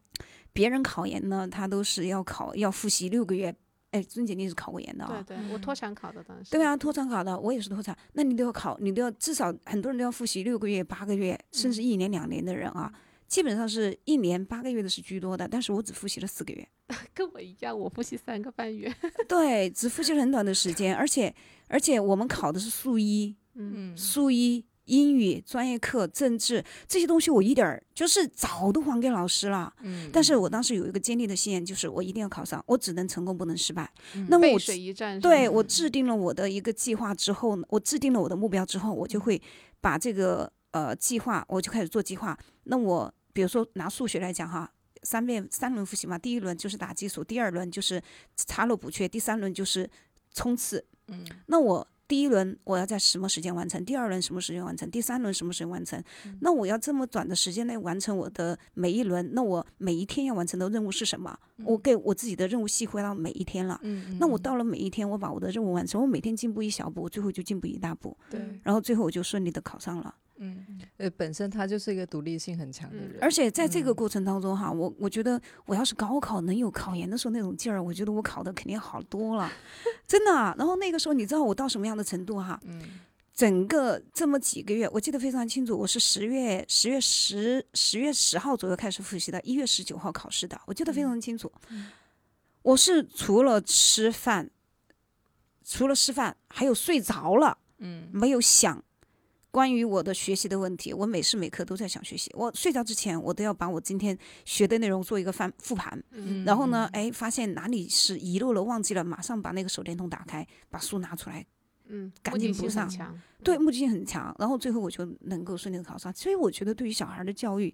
Speaker 3: 别人考研呢，他都是要考要复习六个月。哎，尊姐你是考过研的啊、
Speaker 2: 对对，我脱
Speaker 1: 嗯
Speaker 2: 产考的当时。
Speaker 3: 对，啊，脱产考的，我也是脱产，那你都要考，你都要至少很多人都要复习六个月、八个月，
Speaker 1: 嗯
Speaker 3: 甚至一年、两年的人啊，基本上是一年八个月的是居多的，但是我只复习了四个月。
Speaker 2: 跟我一样，我复习三个半月。
Speaker 3: 对，只复习了很短的时间，而且而且我们考的是数一，
Speaker 2: 嗯
Speaker 1: 嗯
Speaker 3: 数一英语、专业课、政治这些东西，我一点儿就是早都还给老师了。
Speaker 1: 嗯，
Speaker 3: 但是我当时有一个坚定的信念，就是我一定要考上，我只能成功不能失败。
Speaker 2: 嗯
Speaker 3: 那么
Speaker 2: 背
Speaker 3: 我
Speaker 2: 水一战是
Speaker 3: 对
Speaker 2: 吗
Speaker 3: 我制定了我的一个计划之后呢，我制定了我的目标之后，我就会把这个呃计划，我就开始做计划。那我比如说拿数学来讲哈，三遍三轮复习嘛，第一轮就是打基础，第二轮就是查漏补缺，第三轮就是冲刺。
Speaker 1: 嗯
Speaker 3: 那我第一轮我要在什么时间完成？第二轮什么时间完成？第三轮什么时间完成？那我要这么短的时间内完成我的每一轮，那我每一天要完成的任务是什么？我给我自己的任务细化到每一天了。
Speaker 1: 嗯，
Speaker 3: 那我
Speaker 1: 嗯
Speaker 3: 到了每一天，我把我的任务完成，我每天进步一小步，我最后就进步一大步，
Speaker 1: 对，
Speaker 3: 然后最后我就顺利的考上了。
Speaker 1: 嗯，呃，本身他就是一个独立性很强的
Speaker 2: 嗯
Speaker 1: 人，
Speaker 3: 而且在这个
Speaker 1: 嗯
Speaker 3: 过程当中哈，我我觉得我要是高考能有考研的时候那种劲儿，我觉得我考的肯定好多了，真的啊、然后那个时候你知道我到什么样的程度哈？
Speaker 1: 嗯
Speaker 3: 整个这么几个月，我记得非常清楚，我是十月十月十十月十号左右开始复习的，一月十九号考试的，我记
Speaker 1: 嗯
Speaker 3: 得非常清楚。我是除了吃饭，除了吃饭，还有睡着了，
Speaker 1: 嗯
Speaker 3: 没有想关于我的学习的问题。我每时每刻都在想学习。我睡觉之前，我都要把我今天学的内容做一个翻复盘，
Speaker 1: 嗯，
Speaker 3: 然后呢，哎，发现哪里是遗漏了、忘记了，马上把那个手电筒打开，把书拿出来，
Speaker 2: 嗯，
Speaker 3: 赶
Speaker 2: 目的
Speaker 3: 紧
Speaker 2: 性
Speaker 3: 补
Speaker 2: 很
Speaker 3: 上
Speaker 2: 强
Speaker 3: 对，目的性很强，然后最后我就能够顺利的考上。所以我觉得对于小孩的教育，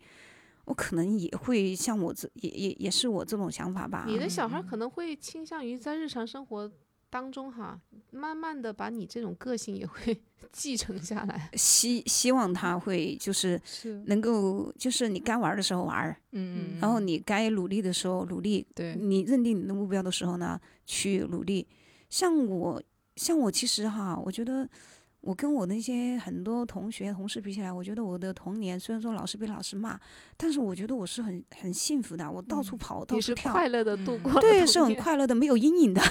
Speaker 3: 我可能也会像我这也也也是我这种想法吧。
Speaker 2: 你的小孩可能会倾向于在日常生活当中哈，慢慢的把你这种个性也会 继承下来。
Speaker 3: 希希望他会就是
Speaker 1: 是，
Speaker 3: 能够就是你该玩的时候玩儿，
Speaker 1: 嗯，
Speaker 3: 然后
Speaker 1: 嗯
Speaker 3: 你该努力的时候努力，
Speaker 1: 对，
Speaker 3: 你认定你的目标的时候呢去努力。像我像我其实哈，我觉得。我跟我那些很多同学同事比起来，我觉得我的童年虽然说老是被老师骂，但是我觉得我是很很幸福的。我到处跑，到
Speaker 2: 你
Speaker 3: 处
Speaker 2: 是
Speaker 3: 跳，
Speaker 2: 快乐的度
Speaker 1: 嗯
Speaker 2: 过了
Speaker 3: 对，
Speaker 2: 童
Speaker 3: 是很
Speaker 2: 年
Speaker 3: 快乐的，没有阴影的，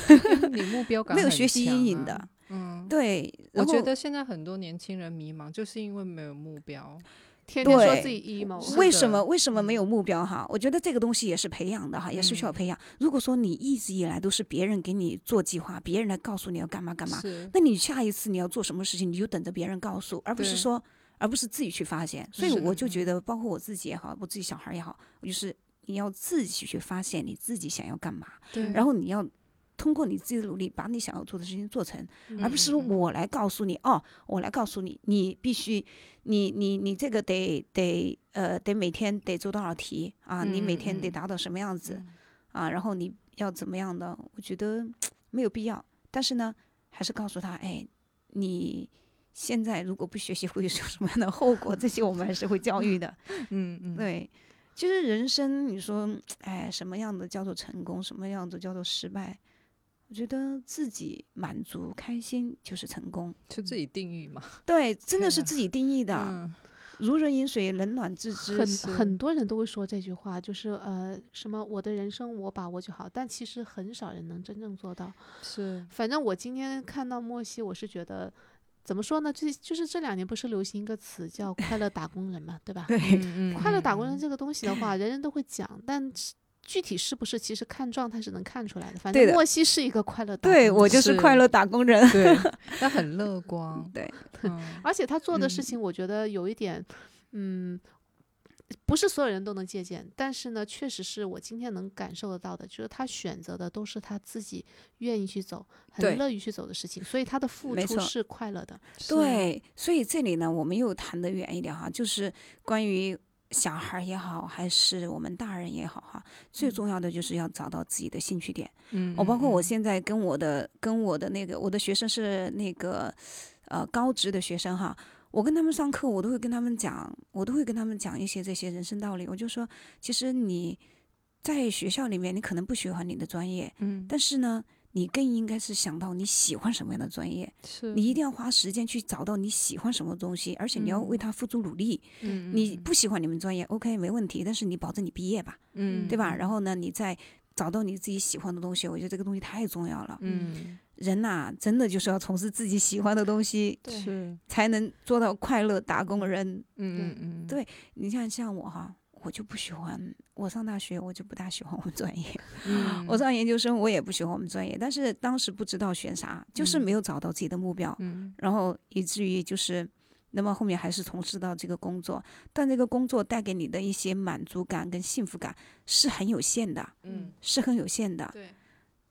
Speaker 1: 你目标感
Speaker 3: 没有
Speaker 1: 很
Speaker 3: 学习
Speaker 1: 强
Speaker 3: 阴影
Speaker 1: 啊
Speaker 3: 的。
Speaker 1: 嗯，
Speaker 3: 对，
Speaker 1: 我
Speaker 3: 然
Speaker 1: 觉
Speaker 3: 后
Speaker 1: 得现在很多年轻人迷茫，就是因为没有目标。
Speaker 2: 天天说
Speaker 3: 对
Speaker 2: 自己 emo，
Speaker 1: 是
Speaker 3: 为
Speaker 1: 的
Speaker 3: 什么为什么
Speaker 1: 嗯
Speaker 3: 没有目标哈？我觉得这个东西也是培养的哈，也是需
Speaker 1: 嗯
Speaker 3: 要培养。如果说你一直以来都是别人给你做计划，别人来告诉你要干嘛干嘛，
Speaker 1: 是，
Speaker 3: 那你下一次你要做什么事情，你就等着别人告诉，而不是
Speaker 1: 对
Speaker 3: 说，而不是自己去发现。所以
Speaker 1: 是的
Speaker 3: 我就觉
Speaker 1: 嗯
Speaker 3: 得，包括我自己也好，我自己小孩也好，就是你要自己去发现你自己想要干嘛，
Speaker 1: 对
Speaker 3: 然后你要通过你自己的努力，把你想要做的事情做成。而不是说
Speaker 1: 嗯嗯
Speaker 3: 我来告诉你哦，我来告诉你，你必须，你你你这个得得呃得每天得做多少题啊，你每天
Speaker 1: 嗯嗯
Speaker 3: 得
Speaker 1: 嗯
Speaker 3: 达到什么样子、
Speaker 1: 嗯
Speaker 3: 啊，然后你要怎么样的，我觉得没有必要。但是呢，还是告诉他，哎，你现在如果不学习会有什么样的后果，这些我们还是会教育的。
Speaker 1: 嗯嗯，
Speaker 3: 对，其实人生你说，哎，什么样的叫做成功，什么样的叫做失败？我觉得自己满足、开心就是成功。
Speaker 1: 就自己定义嘛。
Speaker 3: 对，真的
Speaker 1: 天
Speaker 3: 是啊
Speaker 1: 呐
Speaker 3: 自己定义的。
Speaker 1: 嗯
Speaker 3: 如人饮水，冷暖自知。
Speaker 2: 很
Speaker 1: 是
Speaker 2: 很多人都会说这句话，就是呃什么我的人生我把握就好，但其实很少人能真正做到。
Speaker 1: 是，
Speaker 2: 反正我今天看到莫西，我是觉得怎么说呢？就就是这两年不是流行一个词叫“快乐打工人”嘛，对吧？
Speaker 1: 嗯嗯
Speaker 2: 快乐打工人
Speaker 1: 嗯
Speaker 2: 这个东西的话，人人都会讲，但是具体是不是，其实看状态是能看出来的。反
Speaker 3: 对
Speaker 2: 正
Speaker 3: 的
Speaker 2: 莫西是一个快乐打工人，
Speaker 3: 对我就是
Speaker 1: 是
Speaker 3: 快乐打工人。
Speaker 1: 对，他很乐观。
Speaker 3: 对，
Speaker 1: 嗯
Speaker 2: 而且他做的事
Speaker 3: 嗯
Speaker 2: 情，我觉得有一点，嗯。不是所有人都能借鉴，但是呢，确实是我今天能感受得到的，就是他选择的都是他自己愿意去走、
Speaker 3: 对
Speaker 2: 很乐于去走的事情，所以他的付
Speaker 3: 没
Speaker 2: 出
Speaker 3: 错
Speaker 2: 是快乐的。
Speaker 1: 是
Speaker 3: 对，所以这里呢，我们又谈得远一点哈，就是关于小孩儿也好，还是我们大人也好哈，最重要的就是要找到自己的兴趣点。
Speaker 1: 嗯，
Speaker 3: 哦我包
Speaker 1: 嗯
Speaker 3: 括我
Speaker 1: 嗯
Speaker 3: 现在跟我的跟我的那个我的学生是那个呃高职的学生哈，我跟他们上课，我都会跟他们讲，我都会跟他们讲一些这些人生道理。我就说，其实你在学校里面，你可能不喜欢你的专业，
Speaker 1: 嗯
Speaker 3: 但是呢，你更应该是想到你喜欢什么样的专业，
Speaker 1: 是
Speaker 3: 你一定要花时间去找到你喜欢什么东西，而且你要为
Speaker 1: 嗯
Speaker 3: 它付出努力。
Speaker 1: 嗯
Speaker 3: 你不喜欢你们专业，OK 没问题，但是你保证你毕业吧。
Speaker 1: 嗯
Speaker 3: 对吧？然后呢，你再找到你自己喜欢的东西，我觉得这个东西太重要了。
Speaker 1: 嗯
Speaker 3: 人呐、真的就是要从事自己喜欢的东西，
Speaker 2: 对
Speaker 1: 是
Speaker 3: 才能做到快乐打工人。
Speaker 1: 嗯嗯嗯
Speaker 3: 对你像像我哈，我就不喜欢，我上大学我就不大喜欢我们专业，
Speaker 1: 嗯
Speaker 3: 我上研究生我也不喜欢我们专业，但是当时不知道选啥，就是
Speaker 1: 嗯
Speaker 3: 没有找到自己的目标，
Speaker 1: 嗯
Speaker 3: 然后以至于就是那么后面还是从事到这个工作，但这个工作带给你的一些满足感跟幸福感是很有限的，
Speaker 1: 嗯，
Speaker 3: 是很有限的。
Speaker 1: 对，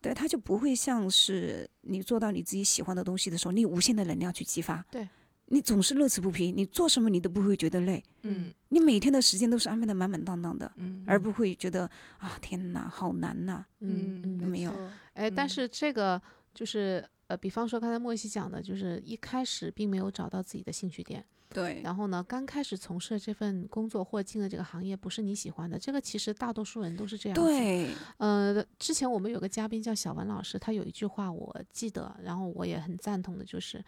Speaker 3: 对，它就不会像是你做到你自己喜欢的东西的时候，你有无限的能量去激发。
Speaker 2: 对，
Speaker 3: 你总是乐此不疲，你做什么你都不会觉得累，
Speaker 1: 嗯
Speaker 3: 你每天的时间都是安排的满满当当的，
Speaker 1: 嗯
Speaker 3: 而不会觉得啊天哪，好难呐、
Speaker 2: 嗯嗯，
Speaker 3: 没有，
Speaker 1: 错
Speaker 2: 哎，但
Speaker 1: 嗯
Speaker 2: 是这个就是呃，比方说刚才莫西讲的，就是一开始并没有找到自己的兴趣点，
Speaker 3: 对
Speaker 2: 然后呢，刚开始从事这份工作或进了这个行业不是你喜欢的，这个其实大多数人都是这样子。，
Speaker 3: 对，
Speaker 2: 呃，之前我们有个嘉宾叫小文老师，他有一句话我记得，然后我也很赞同的，就是，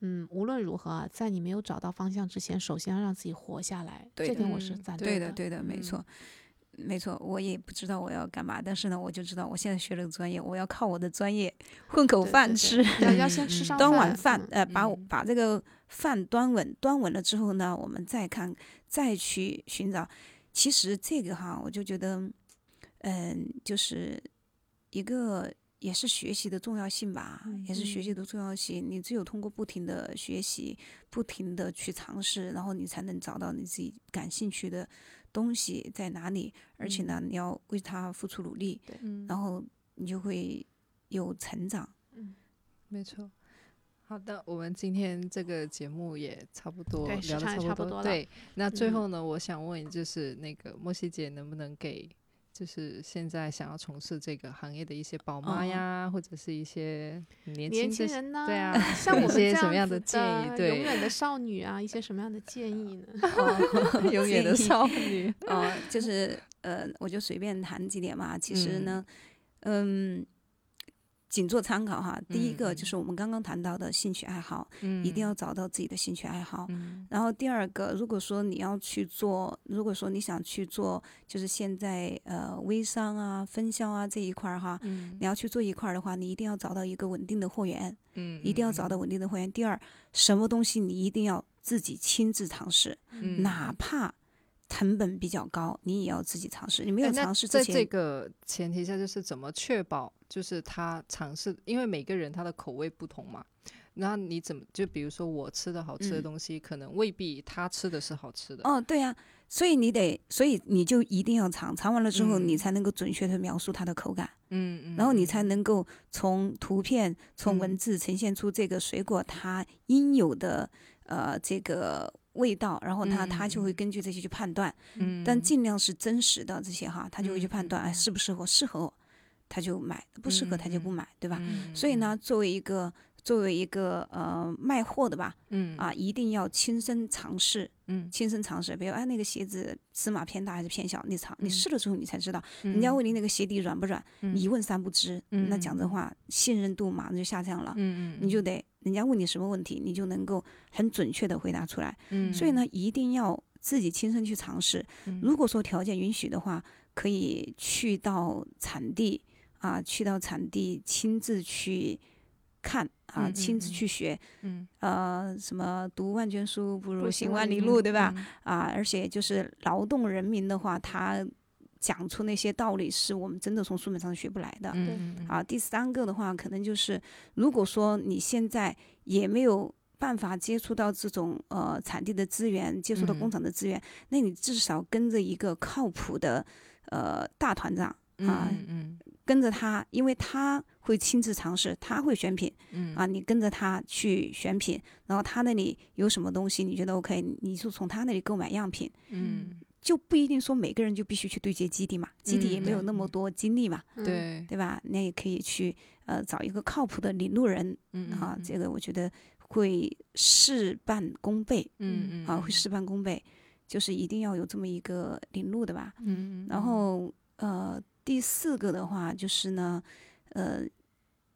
Speaker 2: 嗯，无论如何啊，在你没有找到方向之前，首先要让自己活下来，
Speaker 3: 对
Speaker 2: 这
Speaker 3: 的
Speaker 2: 点我是
Speaker 1: 嗯
Speaker 2: 赞同
Speaker 3: 对
Speaker 2: 的，
Speaker 3: 的，对的，没
Speaker 1: 嗯
Speaker 3: 错，没错。我也不知道我要干嘛，但是呢，我就知道我现在学了个专业，我要靠我的专业混口
Speaker 2: 对
Speaker 3: 饭
Speaker 2: 对
Speaker 3: 吃，
Speaker 2: 要 要先吃
Speaker 1: 嗯
Speaker 2: 上
Speaker 3: 端碗饭
Speaker 2: 嗯，
Speaker 3: 呃，把我
Speaker 1: 嗯
Speaker 3: 把这个饭端稳，端稳了之后呢，我们再看，再去寻找。其实这个哈，我就觉得，嗯，就是一个也是学习的重要性吧，也是学习的重要性。你只有通过不停的学习，不停的去尝试，然后你才能找到你自己感兴趣的东西在哪里，而且呢，你要为它付出努力，
Speaker 1: 嗯，
Speaker 3: 然后你就会有成长。
Speaker 1: 没错。好的，我们今天这个节目也差不多
Speaker 2: 对时
Speaker 1: 聊的
Speaker 2: 长也
Speaker 1: 差
Speaker 2: 差
Speaker 1: 不多
Speaker 2: 不多了
Speaker 1: 对，那最
Speaker 2: 嗯
Speaker 1: 后呢，我想问，就是那个莫西姐，能不能给就是现在想要从事这个行业的一些宝妈
Speaker 3: 哦
Speaker 1: 呀，或者是一些年轻
Speaker 2: 年轻
Speaker 1: 的
Speaker 2: 人呢？
Speaker 1: 对啊
Speaker 2: 像
Speaker 1: 有
Speaker 2: 我们
Speaker 1: 些
Speaker 2: 这
Speaker 1: 什么样
Speaker 2: 样
Speaker 1: 的
Speaker 2: 子
Speaker 1: 建议对
Speaker 2: 永远的少女啊，一些什么样的建议呢？
Speaker 1: 哦 永远的
Speaker 3: 建议
Speaker 1: 少 女，
Speaker 3: 哦，就是呃，我就随便谈几点嘛。其实呢，嗯，仅做参考哈。第一
Speaker 1: 嗯
Speaker 3: 个
Speaker 1: 嗯
Speaker 3: 就是我们刚刚谈到的兴趣爱好，
Speaker 1: 嗯，
Speaker 3: 一定要找到自己的兴趣爱好。
Speaker 1: 嗯
Speaker 3: 然后第二个，如果说你要去做，如果说你想去做，就是现在呃微商啊、分销啊这一块儿哈，
Speaker 1: 嗯
Speaker 3: 你要去做一块儿的话，你一定要找到一个稳定的货源，
Speaker 1: 嗯，
Speaker 3: 一定要找
Speaker 1: 到
Speaker 3: 到稳定的货源。第二，什么东西你一定要自己亲自尝试，
Speaker 1: 嗯
Speaker 3: 哪怕成本比较高，你也要自己尝试。你没有
Speaker 1: 哎那
Speaker 3: 尝试之
Speaker 1: 在
Speaker 3: 前，
Speaker 1: 这个前提下，就是怎么确保，就是他尝试，因为每个人他的口味不同嘛。然后你怎么就比如说我吃的好吃的
Speaker 3: 嗯
Speaker 1: 东西，可能未必他吃的是好吃的。
Speaker 3: 哦，对呀、所以你得，所以你就一定要尝，尝完了之后，
Speaker 1: 嗯
Speaker 3: 你才能够准确的描述它的口感，
Speaker 1: 嗯嗯，
Speaker 3: 然后你
Speaker 1: 嗯
Speaker 3: 才能够从图片、从
Speaker 1: 嗯
Speaker 3: 文字呈现出这个水果它应有的呃这个味道，然后它
Speaker 1: 嗯
Speaker 3: 它就会
Speaker 1: 嗯
Speaker 3: 根据这些去判断，
Speaker 1: 嗯，
Speaker 3: 但尽量是真实的这些哈，它就会去
Speaker 1: 嗯
Speaker 3: 判断，
Speaker 1: 嗯
Speaker 3: 哎，
Speaker 1: 嗯
Speaker 3: 适不适合，适合我他就买，不适合他就不
Speaker 1: 嗯嗯
Speaker 3: 买，对吧？
Speaker 1: 嗯
Speaker 3: 所以呢，，作为一个作为一个呃卖货的吧，
Speaker 1: 嗯
Speaker 3: 啊，一定要亲身尝试，
Speaker 1: 嗯，
Speaker 3: 亲身尝试。比如哎，那个鞋子尺码偏大还是偏小，你尝，你
Speaker 1: 嗯
Speaker 3: 试了之后你才知道。人家问你那个鞋底软不软，你一
Speaker 1: 问，
Speaker 3: 问三不知，那讲真话，信任度马上就下降了。
Speaker 1: 嗯嗯嗯，
Speaker 3: 你就得人家问你什么问题，你就能够很准确的回答出来。
Speaker 1: 嗯，
Speaker 3: 所以呢，一定要自己亲身去尝试。
Speaker 1: 嗯，
Speaker 3: 如果说条件允许的话，可以去到产地啊，去到产地亲自去看啊，
Speaker 1: 嗯嗯
Speaker 3: 亲自
Speaker 1: 嗯
Speaker 3: 去学。
Speaker 1: 嗯
Speaker 3: 呃，什么读万卷书不如
Speaker 2: 不
Speaker 3: 行
Speaker 2: 行万
Speaker 3: 万里
Speaker 2: 里
Speaker 3: 路，
Speaker 2: 路
Speaker 3: 对
Speaker 1: 嗯
Speaker 3: 吧？？啊，而且就是劳动人民的话，他讲出那些道理是我们真的从书本上学不来的。
Speaker 1: 嗯
Speaker 3: 啊，第三个的话，可能就是如果说你现在也没有办法接触到这种呃产地的资源，接触到工
Speaker 1: 嗯
Speaker 3: 厂的资源，那你至少跟着一个靠谱的呃大团长，啊
Speaker 1: 嗯
Speaker 3: 跟着他，因为他会亲自尝试，他会选品，
Speaker 1: 嗯
Speaker 3: 啊，你跟着他去选品，然后他那里有什么东西，你觉得 OK，你就从他那里购买样品，
Speaker 1: 嗯，
Speaker 3: 就不一定说每个人就必须去对接基地嘛，基地也
Speaker 1: 嗯
Speaker 3: 没有
Speaker 1: 对
Speaker 3: 那么多精力嘛，
Speaker 2: 嗯，
Speaker 1: 对，
Speaker 3: 对吧？那也可以去呃找一个靠谱的领路人
Speaker 1: 嗯
Speaker 3: 啊，这个我觉得会事半功倍
Speaker 1: 嗯嗯
Speaker 3: 啊，会事半功倍，就是一定要有这么一个领路的吧。
Speaker 1: 嗯，
Speaker 3: 然后呃，第四个的话就是呢，呃，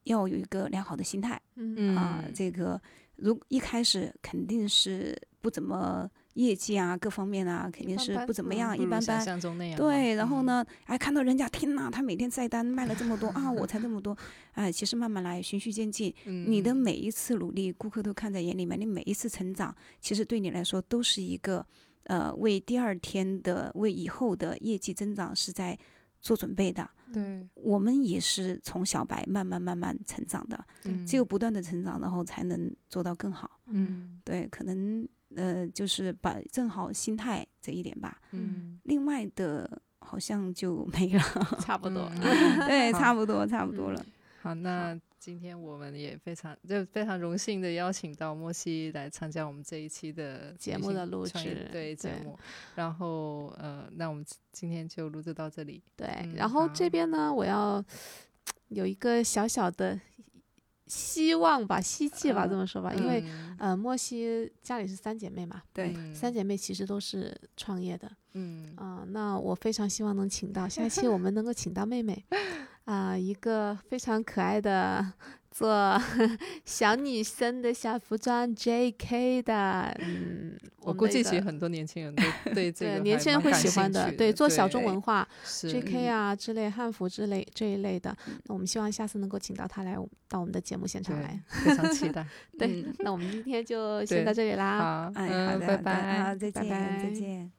Speaker 3: 要有一个良好的心态。
Speaker 2: 嗯
Speaker 3: 啊
Speaker 1: 嗯，
Speaker 3: 这个如一开始肯定是不怎么业绩啊，各方面啊，肯定
Speaker 2: 般
Speaker 3: 是
Speaker 2: 般
Speaker 3: 不怎么
Speaker 2: 嗯
Speaker 3: 样，一般
Speaker 1: 想
Speaker 3: 般。
Speaker 1: 象中那样，
Speaker 3: 对，然
Speaker 1: 嗯
Speaker 3: 后，呢，哎，看到人家，天呐，他每天晒单卖了这么多啊，我才这么多，哎，其实慢慢来，循序渐进，
Speaker 1: 嗯
Speaker 3: 你的每一次努力，顾客都看在眼里面，你每一次成长，其实对你来说都是一个，呃，为第二天的，为以后的业绩增长是在做准备的。
Speaker 1: 对，
Speaker 3: 我们也是从小白慢慢慢慢
Speaker 1: 嗯
Speaker 3: 成长的，只有不断的成长，然后才能做到更好。
Speaker 1: 嗯
Speaker 3: 对，可能呃，就是把正好心态这一点吧，
Speaker 2: 嗯，
Speaker 3: 另外的好像就没了。
Speaker 2: 差不多。
Speaker 1: 嗯
Speaker 3: 对，
Speaker 1: 好
Speaker 3: 差不多，差不多
Speaker 2: 嗯
Speaker 3: 了。
Speaker 1: 好，那今天我们也非常就非常荣幸的邀请到莫西来参加我们这一期的
Speaker 2: 节
Speaker 1: 女
Speaker 2: 目
Speaker 1: 性
Speaker 2: 的录
Speaker 1: 创业
Speaker 2: 制
Speaker 1: 对节
Speaker 2: 对
Speaker 1: 目。然后呃，那我们今天就录制到这里。
Speaker 2: 对，
Speaker 1: 嗯
Speaker 2: 然后这
Speaker 1: 好
Speaker 2: 边呢，我要有一个小小的希望吧，希冀吧，这
Speaker 3: 嗯
Speaker 2: 么说吧，因为
Speaker 1: 嗯
Speaker 2: 呃，莫西家里是三姐妹嘛，
Speaker 3: 对，
Speaker 1: 嗯
Speaker 2: 三姐妹其实都是创业的
Speaker 1: 嗯
Speaker 2: 啊、那我非常希望能请到下一 期我们能够请到妹妹啊、一个非常可爱的做小女生的小服装 J.K. 的，嗯，
Speaker 1: 我
Speaker 2: 们
Speaker 1: 估
Speaker 2: 的一
Speaker 1: 计其实
Speaker 2: 个
Speaker 1: 很多年轻人 都对这个
Speaker 2: 对
Speaker 1: 还
Speaker 2: 年轻人
Speaker 1: 蛮
Speaker 2: 会
Speaker 1: 感
Speaker 2: 喜欢
Speaker 1: 兴
Speaker 2: 的，
Speaker 1: 趣
Speaker 2: 对，做小众
Speaker 1: 对
Speaker 2: 文化，
Speaker 1: 是
Speaker 2: J.K.
Speaker 3: 嗯
Speaker 2: 啊之类、汉服之类这一类的，那我们希望下次能够请到他来我们到我们的节目现场
Speaker 1: 嗯对
Speaker 2: 来。
Speaker 1: 非常期 待。
Speaker 2: 对
Speaker 3: 嗯，
Speaker 2: 那我们今天就先
Speaker 1: 对
Speaker 2: 到这里啦。
Speaker 1: 好，
Speaker 3: 哎，
Speaker 1: 嗯
Speaker 3: 好的，
Speaker 1: 拜
Speaker 3: 好的啊
Speaker 1: 拜，
Speaker 3: 再
Speaker 2: 拜
Speaker 3: 见，
Speaker 2: 拜
Speaker 3: 再见。